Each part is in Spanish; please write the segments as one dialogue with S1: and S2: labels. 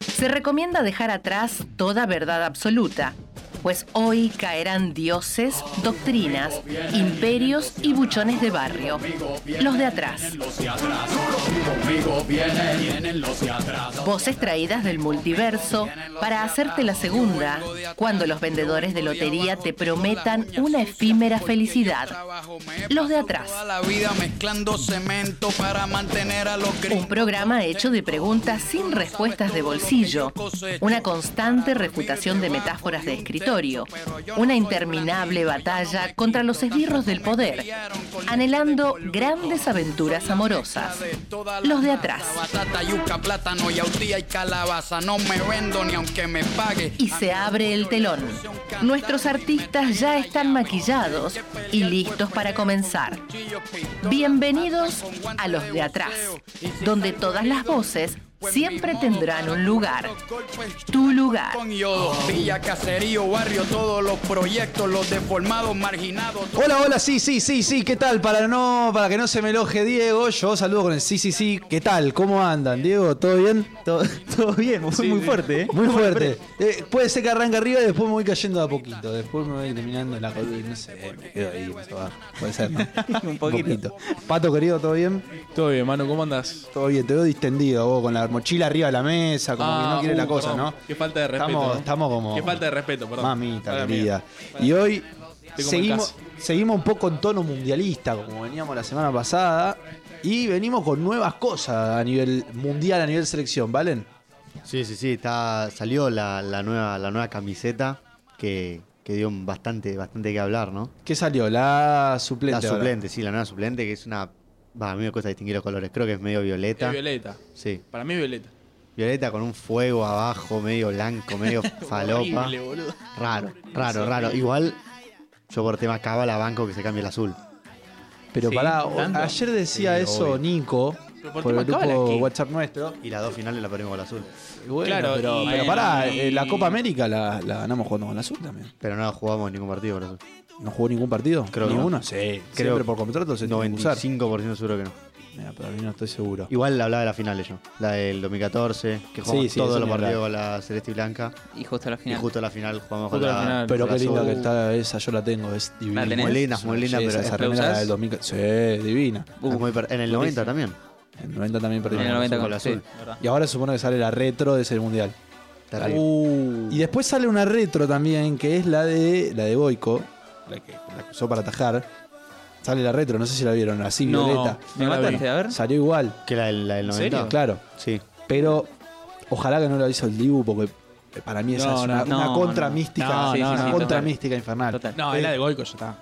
S1: se recomienda dejar atrás toda verdad absoluta, pues hoy caerán dioses, doctrinas, imperios y buchones de barrio, los de atrás. Voces traídas del multiverso para hacerte la segunda cuando los vendedores de lotería te prometan una efímera felicidad. Los de atrás. Un programa hecho de preguntas sin respuestas de bolsillo, una constante refutación de metáforas de escritor una interminable batalla contra los esbirros del poder, anhelando grandes aventuras amorosas. Los de atrás. Y se abre el telón. Nuestros artistas ya están maquillados y listos para comenzar. Bienvenidos a Los de atrás, donde todas las voces
S2: pues
S1: siempre tendrán un lugar. Tu lugar.
S2: Villa, caserío, barrio, todos los proyectos, los deformados, marginados.
S3: Hola, hola, sí, sí, sí, sí, ¿qué tal? Para no, para que no se me eloje Diego, yo saludo con el sí, sí, sí, ¿qué tal? ¿Cómo andan, Diego? ¿Todo bien?
S4: Todo, todo bien, muy, muy fuerte, ¿eh?
S3: Muy fuerte. Eh, puede ser que arranque arriba y después me voy cayendo de a poquito. Después me voy terminando la cosa y no sé, me quedo ahí, no se va. Puede ser, ¿no?
S4: Un poquito.
S3: Pato querido, ¿todo bien?
S5: Todo bien, mano, ¿cómo andas?
S3: Todo bien, te veo distendido vos, con la mochila arriba de la mesa, como
S4: Ah,
S3: que no quiere
S4: uh,
S3: la cosa, ¿no?
S5: Qué falta de respeto.
S3: Estamos,
S5: ¿no?
S3: estamos como.
S5: Qué falta de respeto, perdón.
S3: Mamita
S5: Mala
S3: querida.
S5: mía.
S3: Y hoy
S5: como
S3: seguimos,
S5: en
S3: seguimos un poco en tono mundialista, como veníamos la semana pasada. Y venimos con nuevas cosas a nivel mundial, a nivel selección, ¿valen?
S4: Sí, sí, sí, está, salió la, la nueva, la nueva camiseta que, que dio bastante, bastante que hablar, ¿no?
S3: ¿Qué salió? La
S4: La
S3: suplente. ahora.
S4: suplente, sí, la nueva suplente, que es una. Va, a mí me cuesta distinguir los colores, creo que es medio violeta.
S5: Es violeta.
S4: Sí,
S5: Para mí es violeta.
S4: violeta con un fuego abajo, medio blanco, medio falopa.
S5: Horrible, boludo.
S4: Raro, raro, raro. Igual yo por tema cábala banco que se cambie el azul.
S3: Pero
S5: Sí,
S3: pará,
S5: tanto.
S3: ayer decía
S4: Sí,
S3: eso
S4: obvio.
S3: Nico
S5: Pero
S3: por,
S5: por
S3: el
S5: tema
S3: grupo
S5: cábala, ¿qué?
S3: WhatsApp nuestro.
S4: Y las dos finales la perdimos con el azul.
S3: Y bueno,
S5: Claro,
S3: pero,
S5: y-
S3: pero pará, eh, la
S5: y-
S3: Copa América la, la ganamos jugando con la Sur también.
S4: Pero no jugamos ningún partido con el azul.
S3: ¿No jugó ningún partido?
S4: Creo que no.
S3: ¿Ninguno? Sí,
S4: Creo
S3: siempre
S4: que
S3: por contrato se tiene que usar.
S4: 95% seguro que no.
S3: Mira, pero a mí no estoy seguro.
S4: Igual hablaba de las finales yo. La del 2014, que jugamos
S3: Sí, sí, eso
S4: todos los
S3: ni hablar.
S4: partidos con la Celeste y Blanca.
S6: Y justo a la
S4: Y
S6: final.
S4: justo la final jugamos
S5: Justo la
S4: con la,
S5: final.
S3: Pero
S4: con
S3: qué
S4: la
S3: linda
S4: azul.
S3: que está esa, yo la tengo, es divina.
S6: ¿La tenés?
S4: Muy linda, muy linda,
S3: Sí,
S4: pero
S3: esa
S4: es-
S3: remera
S6: usás?
S3: del 2000, Sí, eh, divina.
S4: Ah, muy per- En el 90 también.
S3: En el 90 también
S6: en
S3: perdimos.
S6: el 90
S4: con la
S6: sí,
S4: azul.
S6: verdad.
S3: Y ahora supongo que sale la retro de ese mundial.
S4: Terrible.
S3: Uh. Y después sale una retro también, que es la de la de Boico, la que, la que usó para atajar. Sale la retro, no sé si la vieron, así
S5: No.
S3: violeta.
S6: Me
S5: No la
S6: mataste,
S5: vi.
S6: a ver.
S3: Salió igual.
S4: Que la del, la del 90.
S5: serio?
S3: Claro.
S4: Sí.
S3: Pero ojalá que no lo hizo el Dibu, porque para mí esa
S5: No,
S3: es una,
S6: no,
S3: una
S6: no,
S3: contra
S6: no.
S3: mística.
S5: No,
S6: sí,
S3: una
S6: sí, sí,
S3: contra
S6: total.
S3: mística infernal.
S6: Total.
S5: No, es la de Goico, ya está.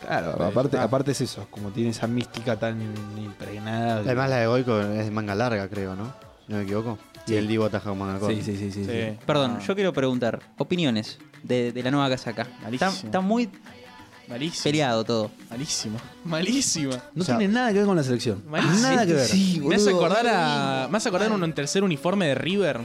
S3: Claro,
S5: Sí,
S3: aparte,
S5: está.
S3: aparte es eso, como tiene esa mística tan impregnada.
S4: Además la de Goico es de manga larga, creo, ¿no? Si no me equivoco. Y el Divo ataja con manga corta.
S3: sí, sí, sí, sí, sí.
S5: Sí.
S6: Perdón,
S5: No,
S6: yo quiero preguntar. Opiniones de, de la nueva casaca. Está,
S5: Malísimo.
S6: está muy
S5: Malísimo.
S6: peleado todo.
S5: Malísima. Malísima.
S3: No
S4: O sea,
S3: tiene nada que ver con la selección.
S5: Malísimo.
S3: Nada que ver.
S5: Sí, me hace
S3: boludo.
S5: acordar a. Me hace acordar un tercer uniforme de River.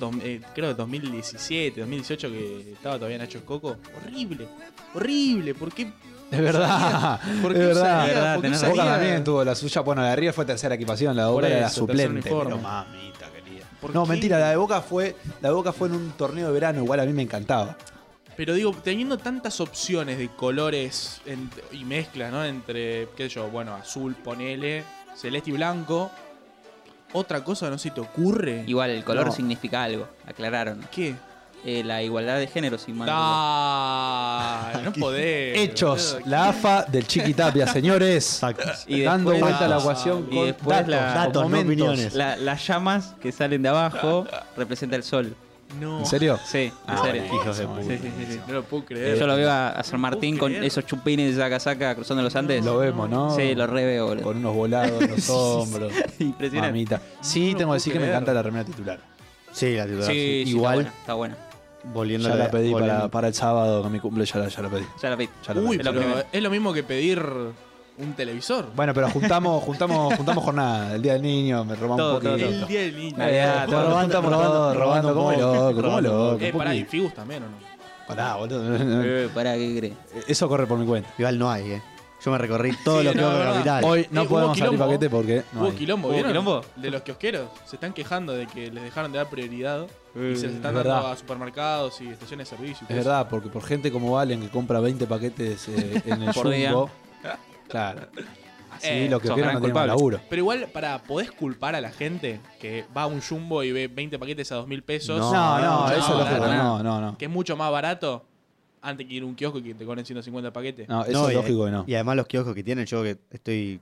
S5: dos- eh, creo que 2017, 2018, que estaba todavía Nacho Escoco. Horrible. Horrible. ¿Por qué?
S3: Es verdad.
S5: ¿Por
S3: Es
S5: qué
S3: verdad.
S5: usaría-
S6: verdad,
S5: por qué
S6: tenés
S5: usaría-
S3: Boca también tuvo la suya. Bueno, la de River fue tercera equipación, la de
S5: Por
S3: Boca era la
S5: eso, tercer
S3: suplente.
S5: uniforme.
S3: Pero mamita querida.
S5: ¿Por
S3: No,
S5: qué?
S3: mentira, la de Boca fue. La de Boca fue en un torneo de verano, igual a mí me encantaba.
S6: Eh,
S5: Pero digo, teniendo tantas opciones de colores en- y mezclas, ¿no? Entre, qué sé yo, bueno, azul, ponele, celeste y blanco. Otra cosa no se te ocurre.
S6: Igual el color
S3: No.
S6: significa algo. Aclararon.
S5: ¿Qué?
S6: Eh, la igualdad de género, sin mal.
S5: Dale, no podés.
S3: Hechos,
S5: boludo.
S3: la AFA del Chiquitapia, señores.
S4: Exacto.
S6: Y después
S3: dando vuelta a la
S6: la-
S3: ecuación
S6: y
S3: con
S6: después
S3: datos,
S6: la-
S3: con
S4: Datos, no
S3: momentos.
S4: opiniones.
S6: La- las llamas que salen de abajo representa el sol.
S5: No.
S3: ¿En serio?
S6: Sí, en
S3: Ah,
S6: serio.
S3: buenísimo,
S4: Hijos de puta.
S6: Sí, sí, sí, sí.
S5: No lo puedo creer.
S6: Yo lo veo a, a San Martín
S5: ¿Puedo
S6: con
S5: creer?
S6: esos chupines de esa casaca cruzando los Andes.
S3: Lo vemos, ¿no?
S6: Sí, lo re veo, boludo.
S3: Con unos volados en los hombros.
S6: Impresionante.
S3: Mamita. Sí, tengo
S5: No puedo
S3: que decir que me
S5: creer.
S3: encanta la remera titular.
S4: Sí, la titular.
S6: Sí, sí,
S4: sí.
S6: está
S4: Igual,
S6: buena, Está buena.
S4: volviendo
S3: Ya
S4: a
S3: la pedí
S4: volviendo-
S3: para, para el sábado, que mi cumple ya la, ya la pedí.
S6: Ya la vi.
S3: Ya la
S5: Uy,
S3: pedí.
S6: Es lo
S5: pero
S6: primero.
S5: es lo mismo que pedir un televisor. Eh,
S3: Bueno, pero juntamos, juntamos, juntamos jornada. El día del niño, me robamos
S6: Todo,
S3: un poquito. Eh,
S6: todo, todo.
S5: El día del niño.
S6: Navidad, todo.
S3: robando, robando, robando, como loco, como loco.
S5: Eh,
S3: un
S5: pará, y
S3: poquito.
S5: Figus también, ¿o no?
S3: Pará, boludo.
S6: Eh, pará, ¿qué crees?
S3: Eso corre por mi cuenta.
S4: Igual no hay, ¿eh? Yo me recorrí todo
S5: Sí,
S4: lo que
S5: no,
S4: hubo en
S5: verdad.
S4: capital.
S3: Hoy no
S5: Eh, hubo
S3: podemos abrir
S5: quilombo.
S3: paquete porque. no
S5: ¿Hubo
S3: hay.
S5: quilombo,
S6: ¿Hubo
S5: ¿vieron?
S6: quilombo?
S5: De los kiosqueros. Se están quejando de que les dejaron de dar prioridad y se les
S3: Eh, es
S5: están dando
S3: verdad.
S5: a supermercados y estaciones de servicio. y
S3: Es
S5: todo eso.
S3: verdad, porque por gente como Valen que compra 20 paquetes eh, en el
S6: Por día.
S3: Jumbo. Claro. Así
S5: Eh,
S3: los que
S6: sos
S3: vieron no tienen más
S6: gran culpable.
S3: laburo.
S5: Pero igual, para podés culpar a la gente que va a un jumbo y ve 20 paquetes a 2 mil pesos.
S4: No,
S3: No, no,
S4: no,
S3: eso
S5: no,
S3: es lógico.
S5: para
S6: nada.
S3: No, no, no.
S5: Que es mucho más barato antes que ir a un kiosco y que te cobren 150 paquetes.
S3: No, Ah, eso
S4: No,
S3: es
S4: y-
S3: lógico que no.
S4: Y además los kioscos que tienen, yo que estoy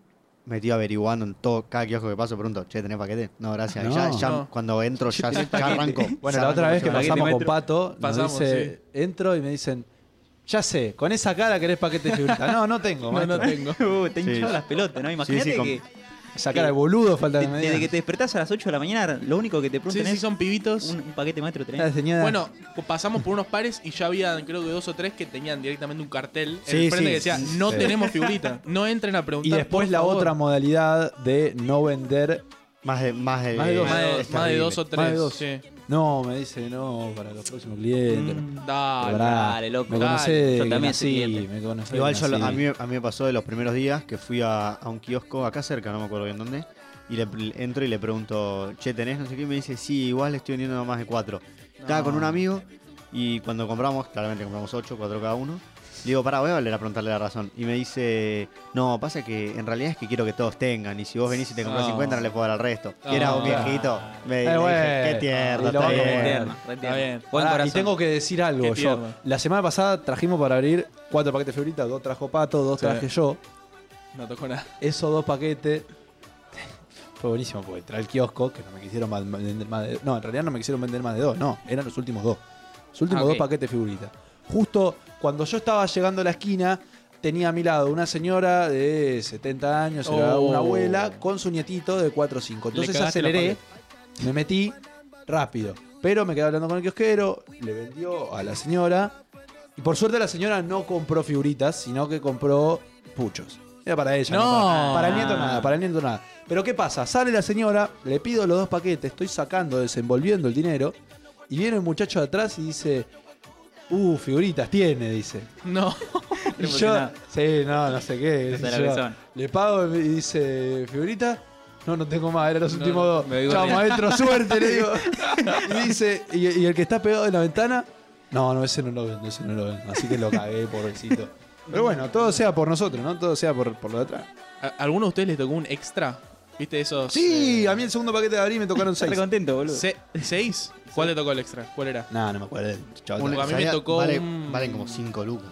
S4: metido averiguando en todo, cada kiosco que paso pregunto, che, ¿tenés paquete? No, gracias.
S3: No.
S4: ya, ya
S5: No.
S4: cuando entro ya, ya arranco.
S3: Bueno,
S4: Ya
S3: la
S4: arranco
S3: otra vez que
S4: con el
S3: pasamos
S6: paquete
S3: con Pato,
S5: Pasamos,
S3: nos dice, entro y me dicen, ya sé, con esa cara querés paquete de figurita. No, no tengo,
S5: no,
S3: maestro.
S5: no tengo.
S6: Uh, te
S4: Sí.
S6: hinchado las pelotas, ¿no? Imagínate
S4: sí, con-
S6: que
S3: Esa cara de boludo falta que
S6: de-
S3: me
S6: desde que
S3: digan.
S6: te despertás a las 8 de la mañana, lo único que te
S5: Sí,
S6: preguntan
S5: sí,
S6: es
S5: son pibitos.
S6: un, un paquete maestro tenés.
S3: La señora-
S5: Bueno, pasamos por unos pares y ya había creo que dos o tres que tenían directamente un cartel en
S4: Sí,
S5: el frente
S4: sí.
S5: que decía, no
S3: Sí.
S5: tenemos figurita, no entren a preguntar.
S3: y después
S5: por
S3: la
S5: favor".
S3: otra modalidad de no vender.
S4: Más de, más de,
S3: Más de dos.
S5: Más de,
S4: es
S5: más de
S4: terrible.
S5: dos o tres.
S3: Más de dos.
S5: sí. Mm.
S3: No, me dice, no, para los próximos clientes.
S5: Dale,
S3: Pará,
S6: dale, loco,
S3: Me
S5: dale.
S3: conocés,
S6: Yo
S3: que
S6: también
S3: nací,
S6: soy cliente.
S3: me conocés,
S4: Igual
S3: que
S4: yo, lo- a,
S3: nací.
S4: mí, a mí me pasó de los primeros días que fui a, a un kiosco acá cerca, no me acuerdo bien dónde, y le, le entro y le pregunto, che, ¿tenés no sé qué? Y me dice, sí, igual le estoy vendiendo más de cuatro. Estaba con un amigo y cuando compramos, claramente compramos ocho, cuatro cada uno, le digo, pará, voy a volver a preguntarle la razón. Y me dice, no, pasa que en realidad es que quiero que todos tengan, y si vos venís y te compras
S5: No. Ah,
S4: 50 no les puedo dar al resto. Y
S5: No.
S4: era un viejito, me
S3: Eh,
S4: le dije,
S3: bueno.
S4: qué
S3: Y
S4: tierno,
S3: lo
S4: está
S3: vamos a
S4: bien".
S3: vender.
S6: Retierno, retierno.
S5: Está bien.
S6: Buen
S3: Pará, y
S6: corazón.
S3: tengo que decir algo.
S5: Qué
S3: Yo,
S5: tierno.
S3: la semana pasada trajimos para abrir cuatro paquetes de figuritas. Dos trajo Pato, dos
S5: Sí.
S3: traje yo.
S5: No tocó nada.
S3: Esos dos paquetes. Fue buenísimo porque entré al kiosco, que no me quisieron ma- vender más de No, en realidad no me quisieron vender más de dos, no, eran los últimos dos. Los últimos
S6: Ah, ok.
S3: dos paquetes de figuritas. Justo cuando yo estaba llegando a la esquina, tenía a mi lado una señora de 70 años, era
S5: Oh.
S3: una abuela, con su nietito de 4 o 5. Entonces
S5: cagaste los
S3: aceleré, me metí rápido. Pero me quedé hablando con el kiosquero, le vendió a la señora. Y por suerte la señora no compró figuritas, sino que compró puchos. Era para ella.
S5: No.
S3: para, para el nieto nada, para el nieto nada. Pero ¿qué pasa? Sale la señora, le pido los dos paquetes, estoy sacando, desenvolviendo el dinero. Y viene el muchacho de atrás y dice, uh, figuritas tiene, dice.
S5: No.
S3: Y yo, sí, no, no sé qué. qué sé
S6: sé lo que
S3: yo.
S6: son.
S3: Le pago y dice, figurita. No, no tengo más, eran los
S5: No,
S3: últimos
S5: no,
S3: dos.
S5: me digo
S3: Chao,
S5: bien.
S3: maestro, suerte, le digo. Y dice, y, y el que está pegado en la ventana, no, no, ese no lo ven, ese no lo ven. Así que lo cagué, pobrecito. Pero bueno, todo sea por nosotros, ¿no? Todo sea por, por lo de atrás.
S5: ¿A- ¿Alguno de ustedes les tocó un extra? ¿Viste esos?
S3: Sí,
S5: eh,
S3: a mí el segundo paquete de abril me tocaron
S6: Re
S3: seis.
S6: contento, boludo.
S5: se- ¿Seis? ¿Cuál le tocó el extra? ¿Cuál era?
S3: No, no me acuerdo. Chao,
S5: Bueno,
S3: chao.
S5: a mí me
S4: Sabía-
S5: tocó
S4: vale-
S5: un-
S4: Valen como 5 lucas.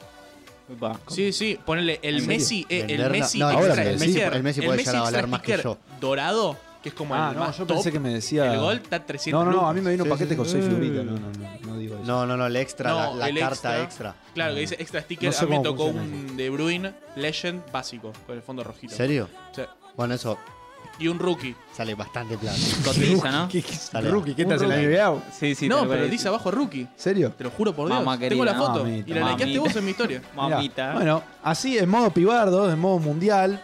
S6: Upa.
S5: Sí, sí, ponele el
S3: ¿En
S5: Messi, eh, el
S4: Venderla-
S5: Messi,
S4: no,
S3: ahora
S5: extra,
S3: me
S5: el
S3: decís,
S5: Messi,
S4: porque el Messi puede llegar a
S5: extra
S4: valer más que
S5: sticker
S4: yo.
S5: dorado, que es como
S3: Ah,
S5: el
S3: no,
S5: más
S3: yo
S5: top.
S3: pensé que me decía.
S5: El gol está 300
S3: No, no, no, a mí
S5: lucas.
S3: me vino un
S4: Sí,
S3: paquete
S4: sí,
S3: con
S4: sí.
S3: seis figuritas. No, no, no, no digo eso.
S4: No, no, no, el extra,
S5: Uh. No,
S4: la, la
S5: el
S4: carta extra.
S5: Claro, que dice extra sticker.
S3: No sé
S5: a mí me
S3: cómo
S5: tocó
S3: funciona
S5: un de Bruin Legend básico, con el fondo rojito.
S4: ¿En serio?
S5: Sí.
S4: Bueno, eso
S5: Y un rookie.
S4: sale bastante plata.
S6: Cotiza, ¿no?
S3: ¿Qué, qué,
S4: Dale.
S3: rookie, ¿qué
S5: Un
S3: estás en la
S5: rookie.
S3: NBA?
S6: Sí, sí.
S5: no,
S6: tal cual.
S5: pero dice abajo rookie.
S3: ¿Serio?
S5: Te lo juro por Dios.
S6: Mamá
S5: Tengo la
S6: querida.
S5: foto.
S3: Mamita.
S5: y la likeaste
S6: Mamita.
S5: vos en mi historia.
S3: Mirá,
S6: Mamita.
S3: Bueno, así en modo pibardo, en modo mundial,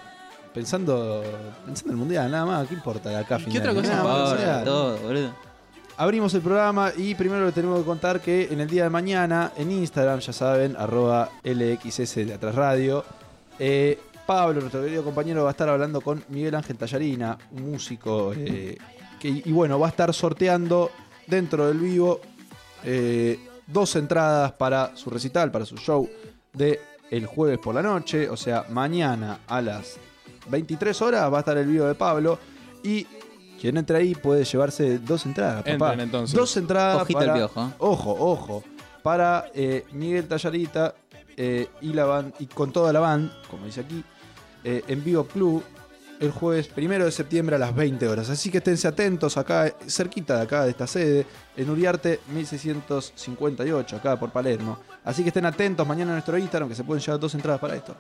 S3: pensando, pensando en el mundial, nada más, ¿qué importa de acá?
S5: ¿Y
S3: final?
S5: qué otra cosa
S3: Nada más,
S5: importa?
S3: o sea,
S6: Ahora, todo, boludo.
S3: Abrimos el programa y primero le tenemos que contar que en el día de mañana, en Instagram, ya saben, arroba LXS de Atrás Radio, eh, Pablo, nuestro querido compañero, va a estar hablando con Miguel Ángel Tallarina, un músico, eh, que, y bueno, va a estar sorteando dentro del vivo eh, dos entradas para su recital, para su show de el jueves por la noche, o sea, mañana a las 23 horas va a estar el vivo de Pablo y quien entre ahí puede llevarse dos entradas, papá.
S5: Entren, entonces.
S3: Dos entradas
S6: Ojito
S3: para
S6: al piojo.
S3: Ojo, ojo. Para eh, Miguel Tallarita eh, y la ban- y con toda la band, como dice aquí, eh, en Vivo Club el jueves primero de septiembre a las 20 horas. Así que esténse atentos acá, eh, cerquita de acá de esta sede, en Uriarte 1658, acá por Palermo. Así que estén atentos mañana a nuestro Instagram, que se pueden llevar dos entradas para esto.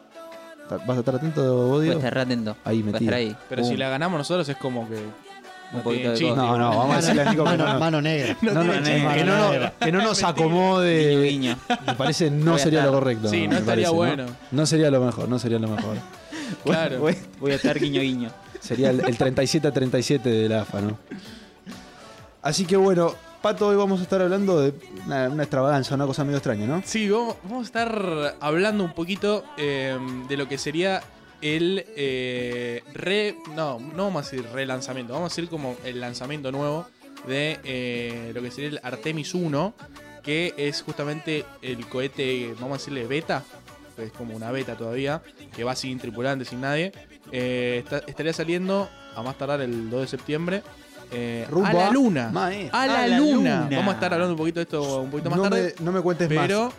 S3: ¿Vas a estar atento, vos,
S6: Voy a
S3: Diego?
S6: estar re atento.
S3: Ahí
S6: Voy a
S3: metido.
S6: estar ahí.
S5: Pero
S6: Uh,
S5: si la ganamos nosotros es como que.
S6: Un
S5: no tiene
S6: poquito de
S5: chiste.
S3: No, no, vamos a decirle a Nico que no,
S4: Mano,
S3: no.
S4: mano negra.
S3: No, no,
S6: tiene
S3: che,
S6: chiste.
S3: que, no, no- que no nos acomode.
S6: guiño, guiño.
S3: Me parece
S6: Voy
S3: no
S6: a
S3: sería lo
S6: estar.
S3: correcto.
S5: Sí, no
S3: me
S5: estaría
S3: parece,
S5: bueno.
S3: ¿no? No sería lo mejor, no sería lo mejor.
S5: Claro.
S6: Voy, voy a estar guiño, guiño.
S3: Sería el, el 37 a 37 del AFA, ¿no? Así que bueno, Pato, hoy vamos a estar hablando de una, una extravagancia, una cosa medio extraña, ¿no?
S5: Sí, vamos, vamos a estar hablando un poquito eh, de lo que sería el eh, re. No, no vamos a decir relanzamiento, vamos a decir como el lanzamiento nuevo de eh, lo que sería el Artemis 1, que es justamente el cohete, vamos a decirle beta, que es como una beta todavía, que va sin tripulante, sin nadie. Eh, está- estaría saliendo a más tardar el 2 de septiembre. eh,
S3: Rumbo
S5: a la
S3: a-
S5: luna.
S3: Mae.
S5: A la,
S4: A la
S5: luna.
S4: luna.
S5: Vamos a estar hablando un poquito de esto un poquito más
S3: no,
S5: tarde.
S3: me, no me cuentes más.
S5: pero.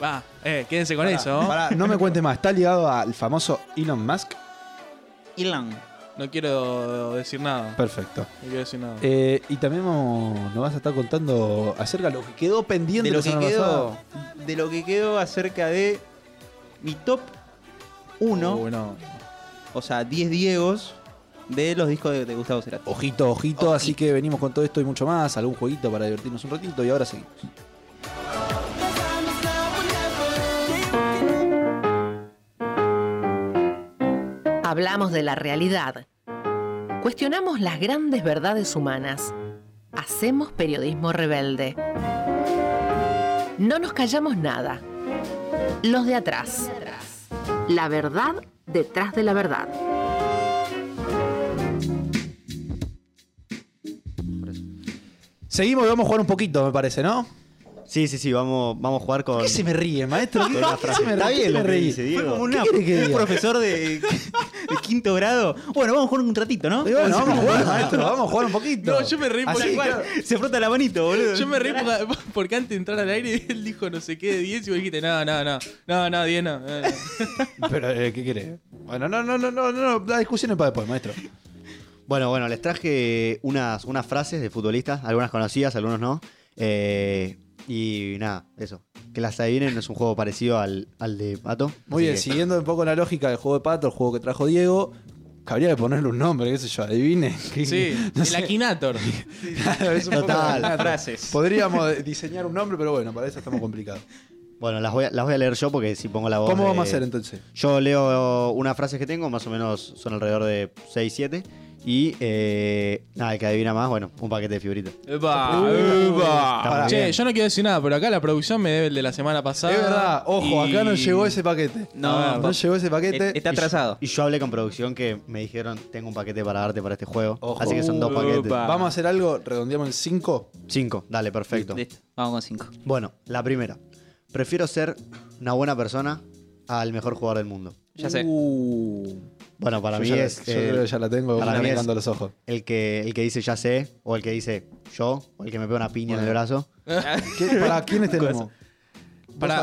S5: Va, eh, quédense con
S3: Pará,
S5: eso. ¿no?
S3: pará, no me cuentes más. ¿Está ligado al famoso Elon Musk?
S6: Elon.
S5: No quiero decir nada.
S3: Perfecto.
S5: No quiero decir nada.
S3: Eh, y también vamos- nos vas a estar contando acerca de lo que quedó pendiente
S4: de lo
S3: la
S4: que
S3: semana
S4: quedó
S3: pasada.
S4: de lo que quedó acerca de mi top 1
S5: Uy, no.
S4: o sea 10 Diegos de los discos de, de Gustavo Cerati
S3: Ojito, ojito, así que venimos con todo esto y mucho más, algún jueguito para divertirnos un ratito y ahora seguimos.
S1: Hablamos de la realidad. Cuestionamos las grandes verdades humanas. Hacemos periodismo rebelde. No nos callamos nada. Los de atrás. La verdad detrás de la verdad.
S3: Seguimos y vamos a jugar un poquito, me parece, ¿no?
S4: sí sí sí vamos vamos a jugar con
S3: ¿Por qué se me ríe, maestro?
S4: con
S3: ¿Qué,
S4: la
S3: qué se
S4: frase
S3: me
S4: está
S3: ríe? ¿Qué
S4: bien
S3: me
S4: lo que
S3: reí?
S4: dice Diego
S3: Fue como una-
S4: ¿Qué
S3: ¿Qué quiere que
S4: un
S3: diga?
S4: profesor de, de quinto grado bueno vamos a jugar un ratito no
S3: Y bueno, vamos a jugar, maestro, vamos a jugar un poquito.
S5: No, yo me reí por
S3: Así
S5: la
S3: que-
S5: cara.
S4: se frota la manito boludo
S5: Yo me reí porque, porque antes de entrar al aire él dijo no sé qué de 10 y vos dijiste, no, no, no, no, no, 10 no. no, no".
S3: Pero, eh, ¿qué querés? Bueno, no, no, no, no, no, la discusión es para después, maestro.
S4: Bueno, bueno, les traje unas, unas frases de futbolistas, algunas conocidas, algunos no. Eh, y nada, eso. Que las adivinen es un juego parecido al, al de Pato.
S3: Muy
S4: así
S3: bien,
S4: que-
S3: siguiendo un poco la lógica del juego de pato, el juego que trajo Diego, cabría de ponerle un nombre, qué sé yo, adivine. que-
S5: Sí,
S3: no
S5: el
S3: sé.
S5: Akinator.
S3: Es un poco
S4: Total,
S3: la-
S6: frases.
S3: Podríamos diseñar un nombre, pero bueno, para eso estamos complicados.
S4: Bueno, las voy, a, las voy a leer yo porque si pongo la voz.
S3: ¿Cómo
S4: de-
S3: vamos a hacer entonces?
S4: Yo leo unas frases que tengo, más o menos son alrededor de 6, 7. Y eh, nada, el que adivina más, bueno, un paquete de figuritas.
S5: Epa,
S3: Uh,
S5: epa.
S4: está muy
S5: Che,
S4: bien.
S5: yo no quiero decir nada, pero acá la producción me debe el de la semana pasada.
S3: es verdad, ojo,
S5: y-
S3: acá no llegó ese paquete.
S6: No,
S3: A ver, no
S6: pa-
S3: llegó ese paquete.
S6: Está
S4: Y yo-
S6: atrasado.
S4: Y yo hablé con producción que me dijeron, tengo un paquete para darte para este juego.
S3: Ojo.
S4: Así que son dos paquetes.
S5: Upa.
S3: Vamos a hacer algo, redondeamos el 5.
S4: Cinco, dale, perfecto.
S6: Listo, Vamos con cinco.
S4: Bueno, la primera. Prefiero ser una buena persona al mejor jugador del mundo.
S6: Ya
S3: Uh.
S6: sé.
S4: Bueno, Uh. para mí
S3: yo ya,
S4: es
S3: yo
S4: eh,
S3: creo que ya la tengo
S4: para mí es-
S3: arrancando los ojos.
S4: el, que, el que dice ya sé, o el que dice yo, o el que me pega una piña en el brazo.
S3: ¿Qué- ¿Para quiénes tenemos?
S5: Pará,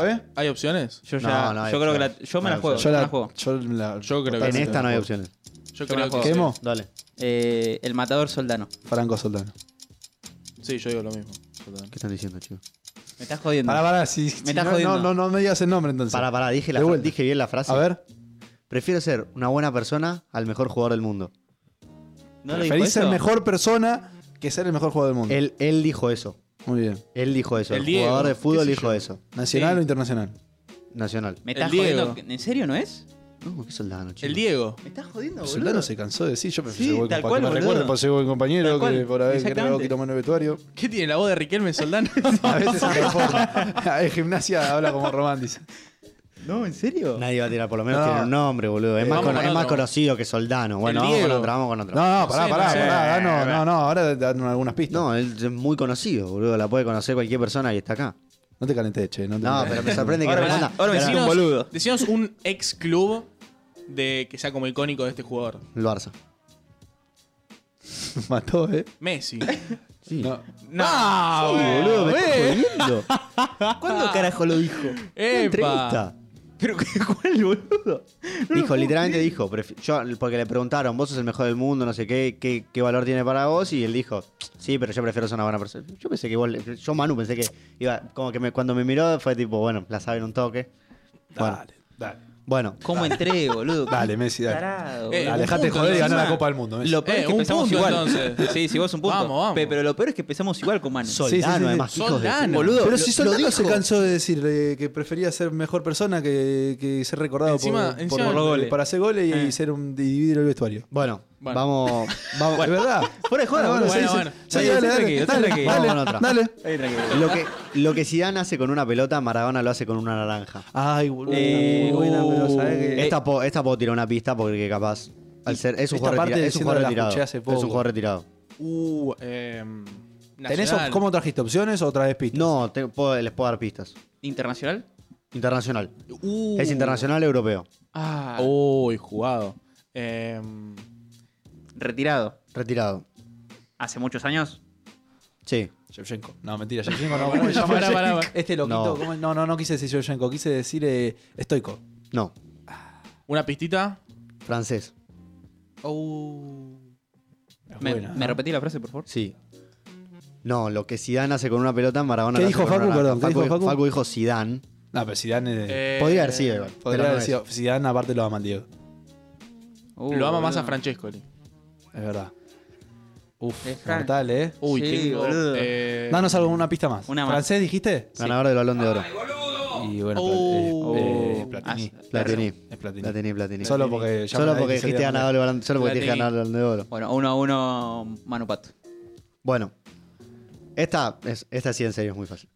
S3: ¿Vos sabés?
S5: ¿Hay opciones?
S6: Yo
S4: No,
S6: ya.
S4: no hay
S6: yo creo que
S4: opciones.
S6: la, yo
S4: No
S6: me
S4: hay
S6: la juego.
S4: opciones.
S3: Yo la,
S6: juego.
S3: yo la-
S5: Yo creo que
S4: En
S5: sí.
S4: esta no hay opciones.
S5: Yo
S6: me la
S5: creo que
S6: juego.
S5: sí.
S3: ¿Quemo?
S4: Dale.
S6: Eh, el matador soldano.
S3: Franco Soldano.
S5: Sí, yo digo lo mismo. Yo también.
S4: ¿Qué están diciendo, chicos?
S6: Me estás jodiendo.
S3: Pará, pará, si, si
S6: estás
S3: no,
S6: jodiendo.
S3: No, no, no me digas el nombre entonces.
S4: Pará, pará, dije, la
S3: De
S4: fra-
S3: vuelta.
S4: dije bien la frase.
S3: A ver,
S4: Prefiero ser una buena persona al mejor jugador del mundo.
S6: ¿No lo dijo
S3: preferís ser
S6: eso?
S3: mejor persona que ser el mejor jugador del mundo.
S4: Él, él dijo eso.
S3: Muy bien.
S4: Él dijo eso.
S5: El
S4: El,
S5: Diego,
S4: jugador de
S5: qué
S4: fútbol
S5: sé
S4: dijo
S5: yo.
S4: eso.
S3: ¿Nacional
S5: Sí.
S3: o internacional?
S4: Nacional.
S6: Me estás
S5: El Diego.
S6: jodiendo. ¿En serio no es?
S4: No, qué soldado, chicos.
S5: El Diego.
S6: Me estás jodiendo, boludo.
S3: Soldano se cansó de decir, yo prefiero
S6: Sí,
S3: ser buen
S6: tal
S3: compa-
S6: cual,
S3: que me
S6: boludo.
S3: recuerden por ser buen compañero,
S6: Tal cual,
S3: que por haber querido un
S6: exactamente.
S3: poquito más en el vestuario.
S5: ¿Qué tiene la voz de Riquelme Soldano?
S3: A veces se reforma. En gimnasia habla como Román, dice.
S6: No, ¿en serio?
S4: Nadie va a tirar, por lo menos
S3: No.
S4: tiene un nombre, boludo. Es,
S5: Eh,
S4: más,
S5: vamos
S4: cono-
S5: con
S4: es más
S5: otro.
S4: conocido que Soldano. Bueno,
S5: El
S4: vamos con
S5: Diego.
S4: otra, vamos con otra.
S3: No, no, pará,
S5: sé,
S3: pará,
S5: no sé. eh,
S3: pará. danos- No, no, ahora dan algunas pistas. No,
S4: No, él es muy conocido, boludo. La puede conocer cualquier persona que está acá.
S3: te calenté, che. No, te
S4: No,
S3: calentés.
S4: pero me sorprende que
S6: Ahora me-
S4: responda.
S6: ahora me
S4: Pero-
S6: siento un boludo.
S5: Decíamos un ex club de que sea como icónico de este jugador.
S4: El Barça.
S3: Mató, eh.
S5: Messi. Ah,
S4: Sí.
S3: No.
S6: No.
S4: boludo, me
S5: Eh,
S4: estás jodiendo.
S6: ¿Cuándo carajo lo dijo?
S4: Una
S5: ¡Epa!
S4: entrevista.
S6: ¿Pero cuál, boludo?
S4: Dijo, literalmente dijo, prefi- yo, porque le preguntaron, vos sos el mejor del mundo, no sé qué, qué, qué valor tiene para vos, y él dijo, sí, pero yo prefiero ser una buena persona. Yo pensé que igual, yo Manu pensé que iba, como que me- cuando me miró fue tipo, bueno, la saben un toque. Bueno,
S3: Dale, dale.
S4: bueno
S6: ¿Cómo entré, boludo?
S3: Dale, Messi, dale.
S6: Tarado,
S5: Eh,
S6: boludo.
S3: Alejate de
S5: punto,
S3: joder y
S5: ¿no?
S3: ganar la
S5: Encima,
S3: Copa del Mundo. Messi.
S6: Lo peor
S5: Eh,
S6: es que
S5: un
S6: empezamos
S5: punto,
S6: igual.
S5: entonces.
S6: Sí, sí, vos un punto.
S5: Vamos, vamos.
S6: Pe- pero lo peor es que empezamos igual con Manu.
S3: Sí, sí,
S4: Soldano,
S3: sí, sí.
S4: además, hijos de-
S5: Soldano.
S6: Boludo,
S3: pero
S6: lo-
S3: si
S6: lo
S3: Soldano se
S6: dijo.
S3: cansó de decir eh, que prefería ser mejor persona que, que ser recordado
S5: Encima-
S3: por,
S5: encima- Eh.
S3: por-
S6: Por los goles.
S3: para hacer goles y, ser un dividir el vestuario.
S4: Bueno,
S5: Bueno.
S4: Vamos, vamos.
S3: ¿De verdad?
S4: Fuera de joda,
S3: Bueno,
S4: boludo.
S5: bueno,
S3: sí, sí.
S5: bueno.
S3: Sí,
S5: Estoy
S3: dale,
S5: tranquilo,
S3: dale,
S5: estoy
S3: dale,
S5: tranquilo.
S3: dale,
S4: Vamos con otra.
S3: dale.
S5: Ahí, tranquilo.
S4: Lo que, lo que Zidane hace con una pelota, Maradona lo hace con una naranja.
S3: Ay, boludo.
S6: Eh,
S4: Uh.
S3: buena, pero sabés que-
S4: Esta, po- esta puedo tirar una pista porque capaz. Al ser, es un
S3: Esta
S4: jugador
S3: parte
S4: retira- es un
S3: diciendo
S4: jugador
S3: la
S4: retirado.
S3: escuché hace
S4: Es
S3: poco.
S4: un jugador retirado.
S5: Uh, eh,
S3: ¿Tenés
S5: Nacional.
S3: op- ¿Cómo trajiste opciones o traes pistas?
S4: No, te- puedo- les puedo dar pistas.
S6: ¿Internacional?
S4: Internacional.
S5: Uh.
S4: Es internacional europeo.
S6: Ah,
S5: Uy, jugado. Em,
S6: retirado.
S4: Retirado.
S6: Hace muchos años.
S4: Sí.
S3: Shevchenko. No, mentira, Shevchenko no.
S5: Pará,
S3: ¿Cómo se llama?
S5: pará, pará.
S3: Este loquito.
S4: No.
S3: ¿cómo es? No, no, no quise decir Shevchenko, quise decir eh, Stoico.
S4: No.
S5: una pistita.
S4: Francés.
S3: Es
S6: ¿Me,
S3: buena,
S6: me
S3: ¿eh?
S6: repetí la frase, por favor?
S4: Sí. No, lo que Zidane hace con una pelota, Maradona
S3: ¿Qué
S4: lo
S3: dijo
S4: hace con
S3: Facu?
S4: una naranja.
S3: Perdón, ¿qué dijo Facu?
S4: Facu dijo Zidane.
S3: No, pero Zidane. eh,
S5: Eh,
S4: Podría haber sido igual. pero
S3: podría
S4: no
S3: haber
S4: es.
S3: sido. Zidane aparte lo ama al Diego.
S6: Uh,
S5: Lo ama más a
S6: boludo.
S5: Francescoli.
S3: Es verdad. Uf,
S6: Es Fran-
S3: mortal, ¿eh?
S5: Uy,
S6: Sí,
S5: tengo.
S6: boludo.
S5: eh,
S3: Danos alguna pista más.
S6: Una más.
S3: ¿Francés dijiste?
S4: Ganador del balón de
S3: Ah,
S4: oro.
S3: Y bueno,
S5: Oh.
S3: pla- eh, eh,
S6: Ah,
S3: Platini.
S6: sí.
S4: Platini.
S3: Es Platini.
S4: Platini, Platini.
S3: Solo porque ya
S4: Solo
S3: me
S4: porque
S3: dijiste
S4: dijiste
S3: que
S4: ganador del balón, solo porque dijiste
S5: Platini.
S4: ganador del balón de oro.
S6: Bueno, uno a uno, Manu Pato.
S4: Bueno, esta, es, esta sí en serio es muy fácil.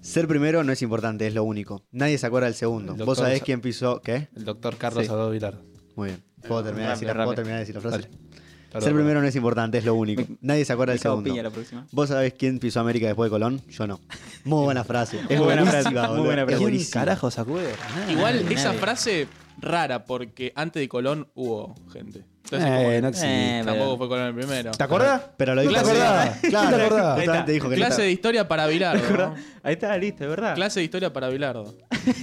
S4: Ser primero no es importante, es lo único. Nadie se acuerda del segundo.
S3: El
S4: Vos
S3: doctor
S4: sabés
S3: Sa-
S4: quién pisó. ¿Qué?
S3: El doctor Carlos
S4: Sí.
S3: Adó Vilar.
S4: Muy bien. ¿Puedo terminar, de, decir la,
S6: rápido,
S4: puedo
S6: rápido.
S4: terminar de decir la frase?
S3: Eh, Dale.
S4: Ser primero no es importante, es lo único.
S6: Me-
S4: Nadie se acuerda
S6: Me
S4: del
S6: cago
S4: segundo.
S6: pilla la próxima.
S4: ¿Vos sabés quién pisó América después de Colón? Yo no. Muy buena frase. Es
S6: Muy buena
S4: buenísima,
S6: frase, muy
S4: boludo.
S6: buena
S4: Es
S6: frase.
S3: ¿Quién
S4: buenísima.
S3: carajo se acuerda? Nadie.
S5: Igual
S6: Nadie.
S5: esa frase rara, porque antes de Colón hubo gente. Entonces, como
S3: Eh,
S5: que
S3: no existe.
S6: Eh,
S5: tampoco
S6: pero-
S5: fue Colón el primero.
S3: ¿Te acordás?
S4: Pero lo
S3: ¿No
S4: dijo.
S3: te acordás?
S4: Claro,
S3: ¿No te acordás?
S4: justamente
S6: Ahí está.
S4: dijo que no
S5: Clase de historia para Bilardo. ¿no?
S6: Ahí está, listo, es verdad.
S5: Clase de historia para Bilardo.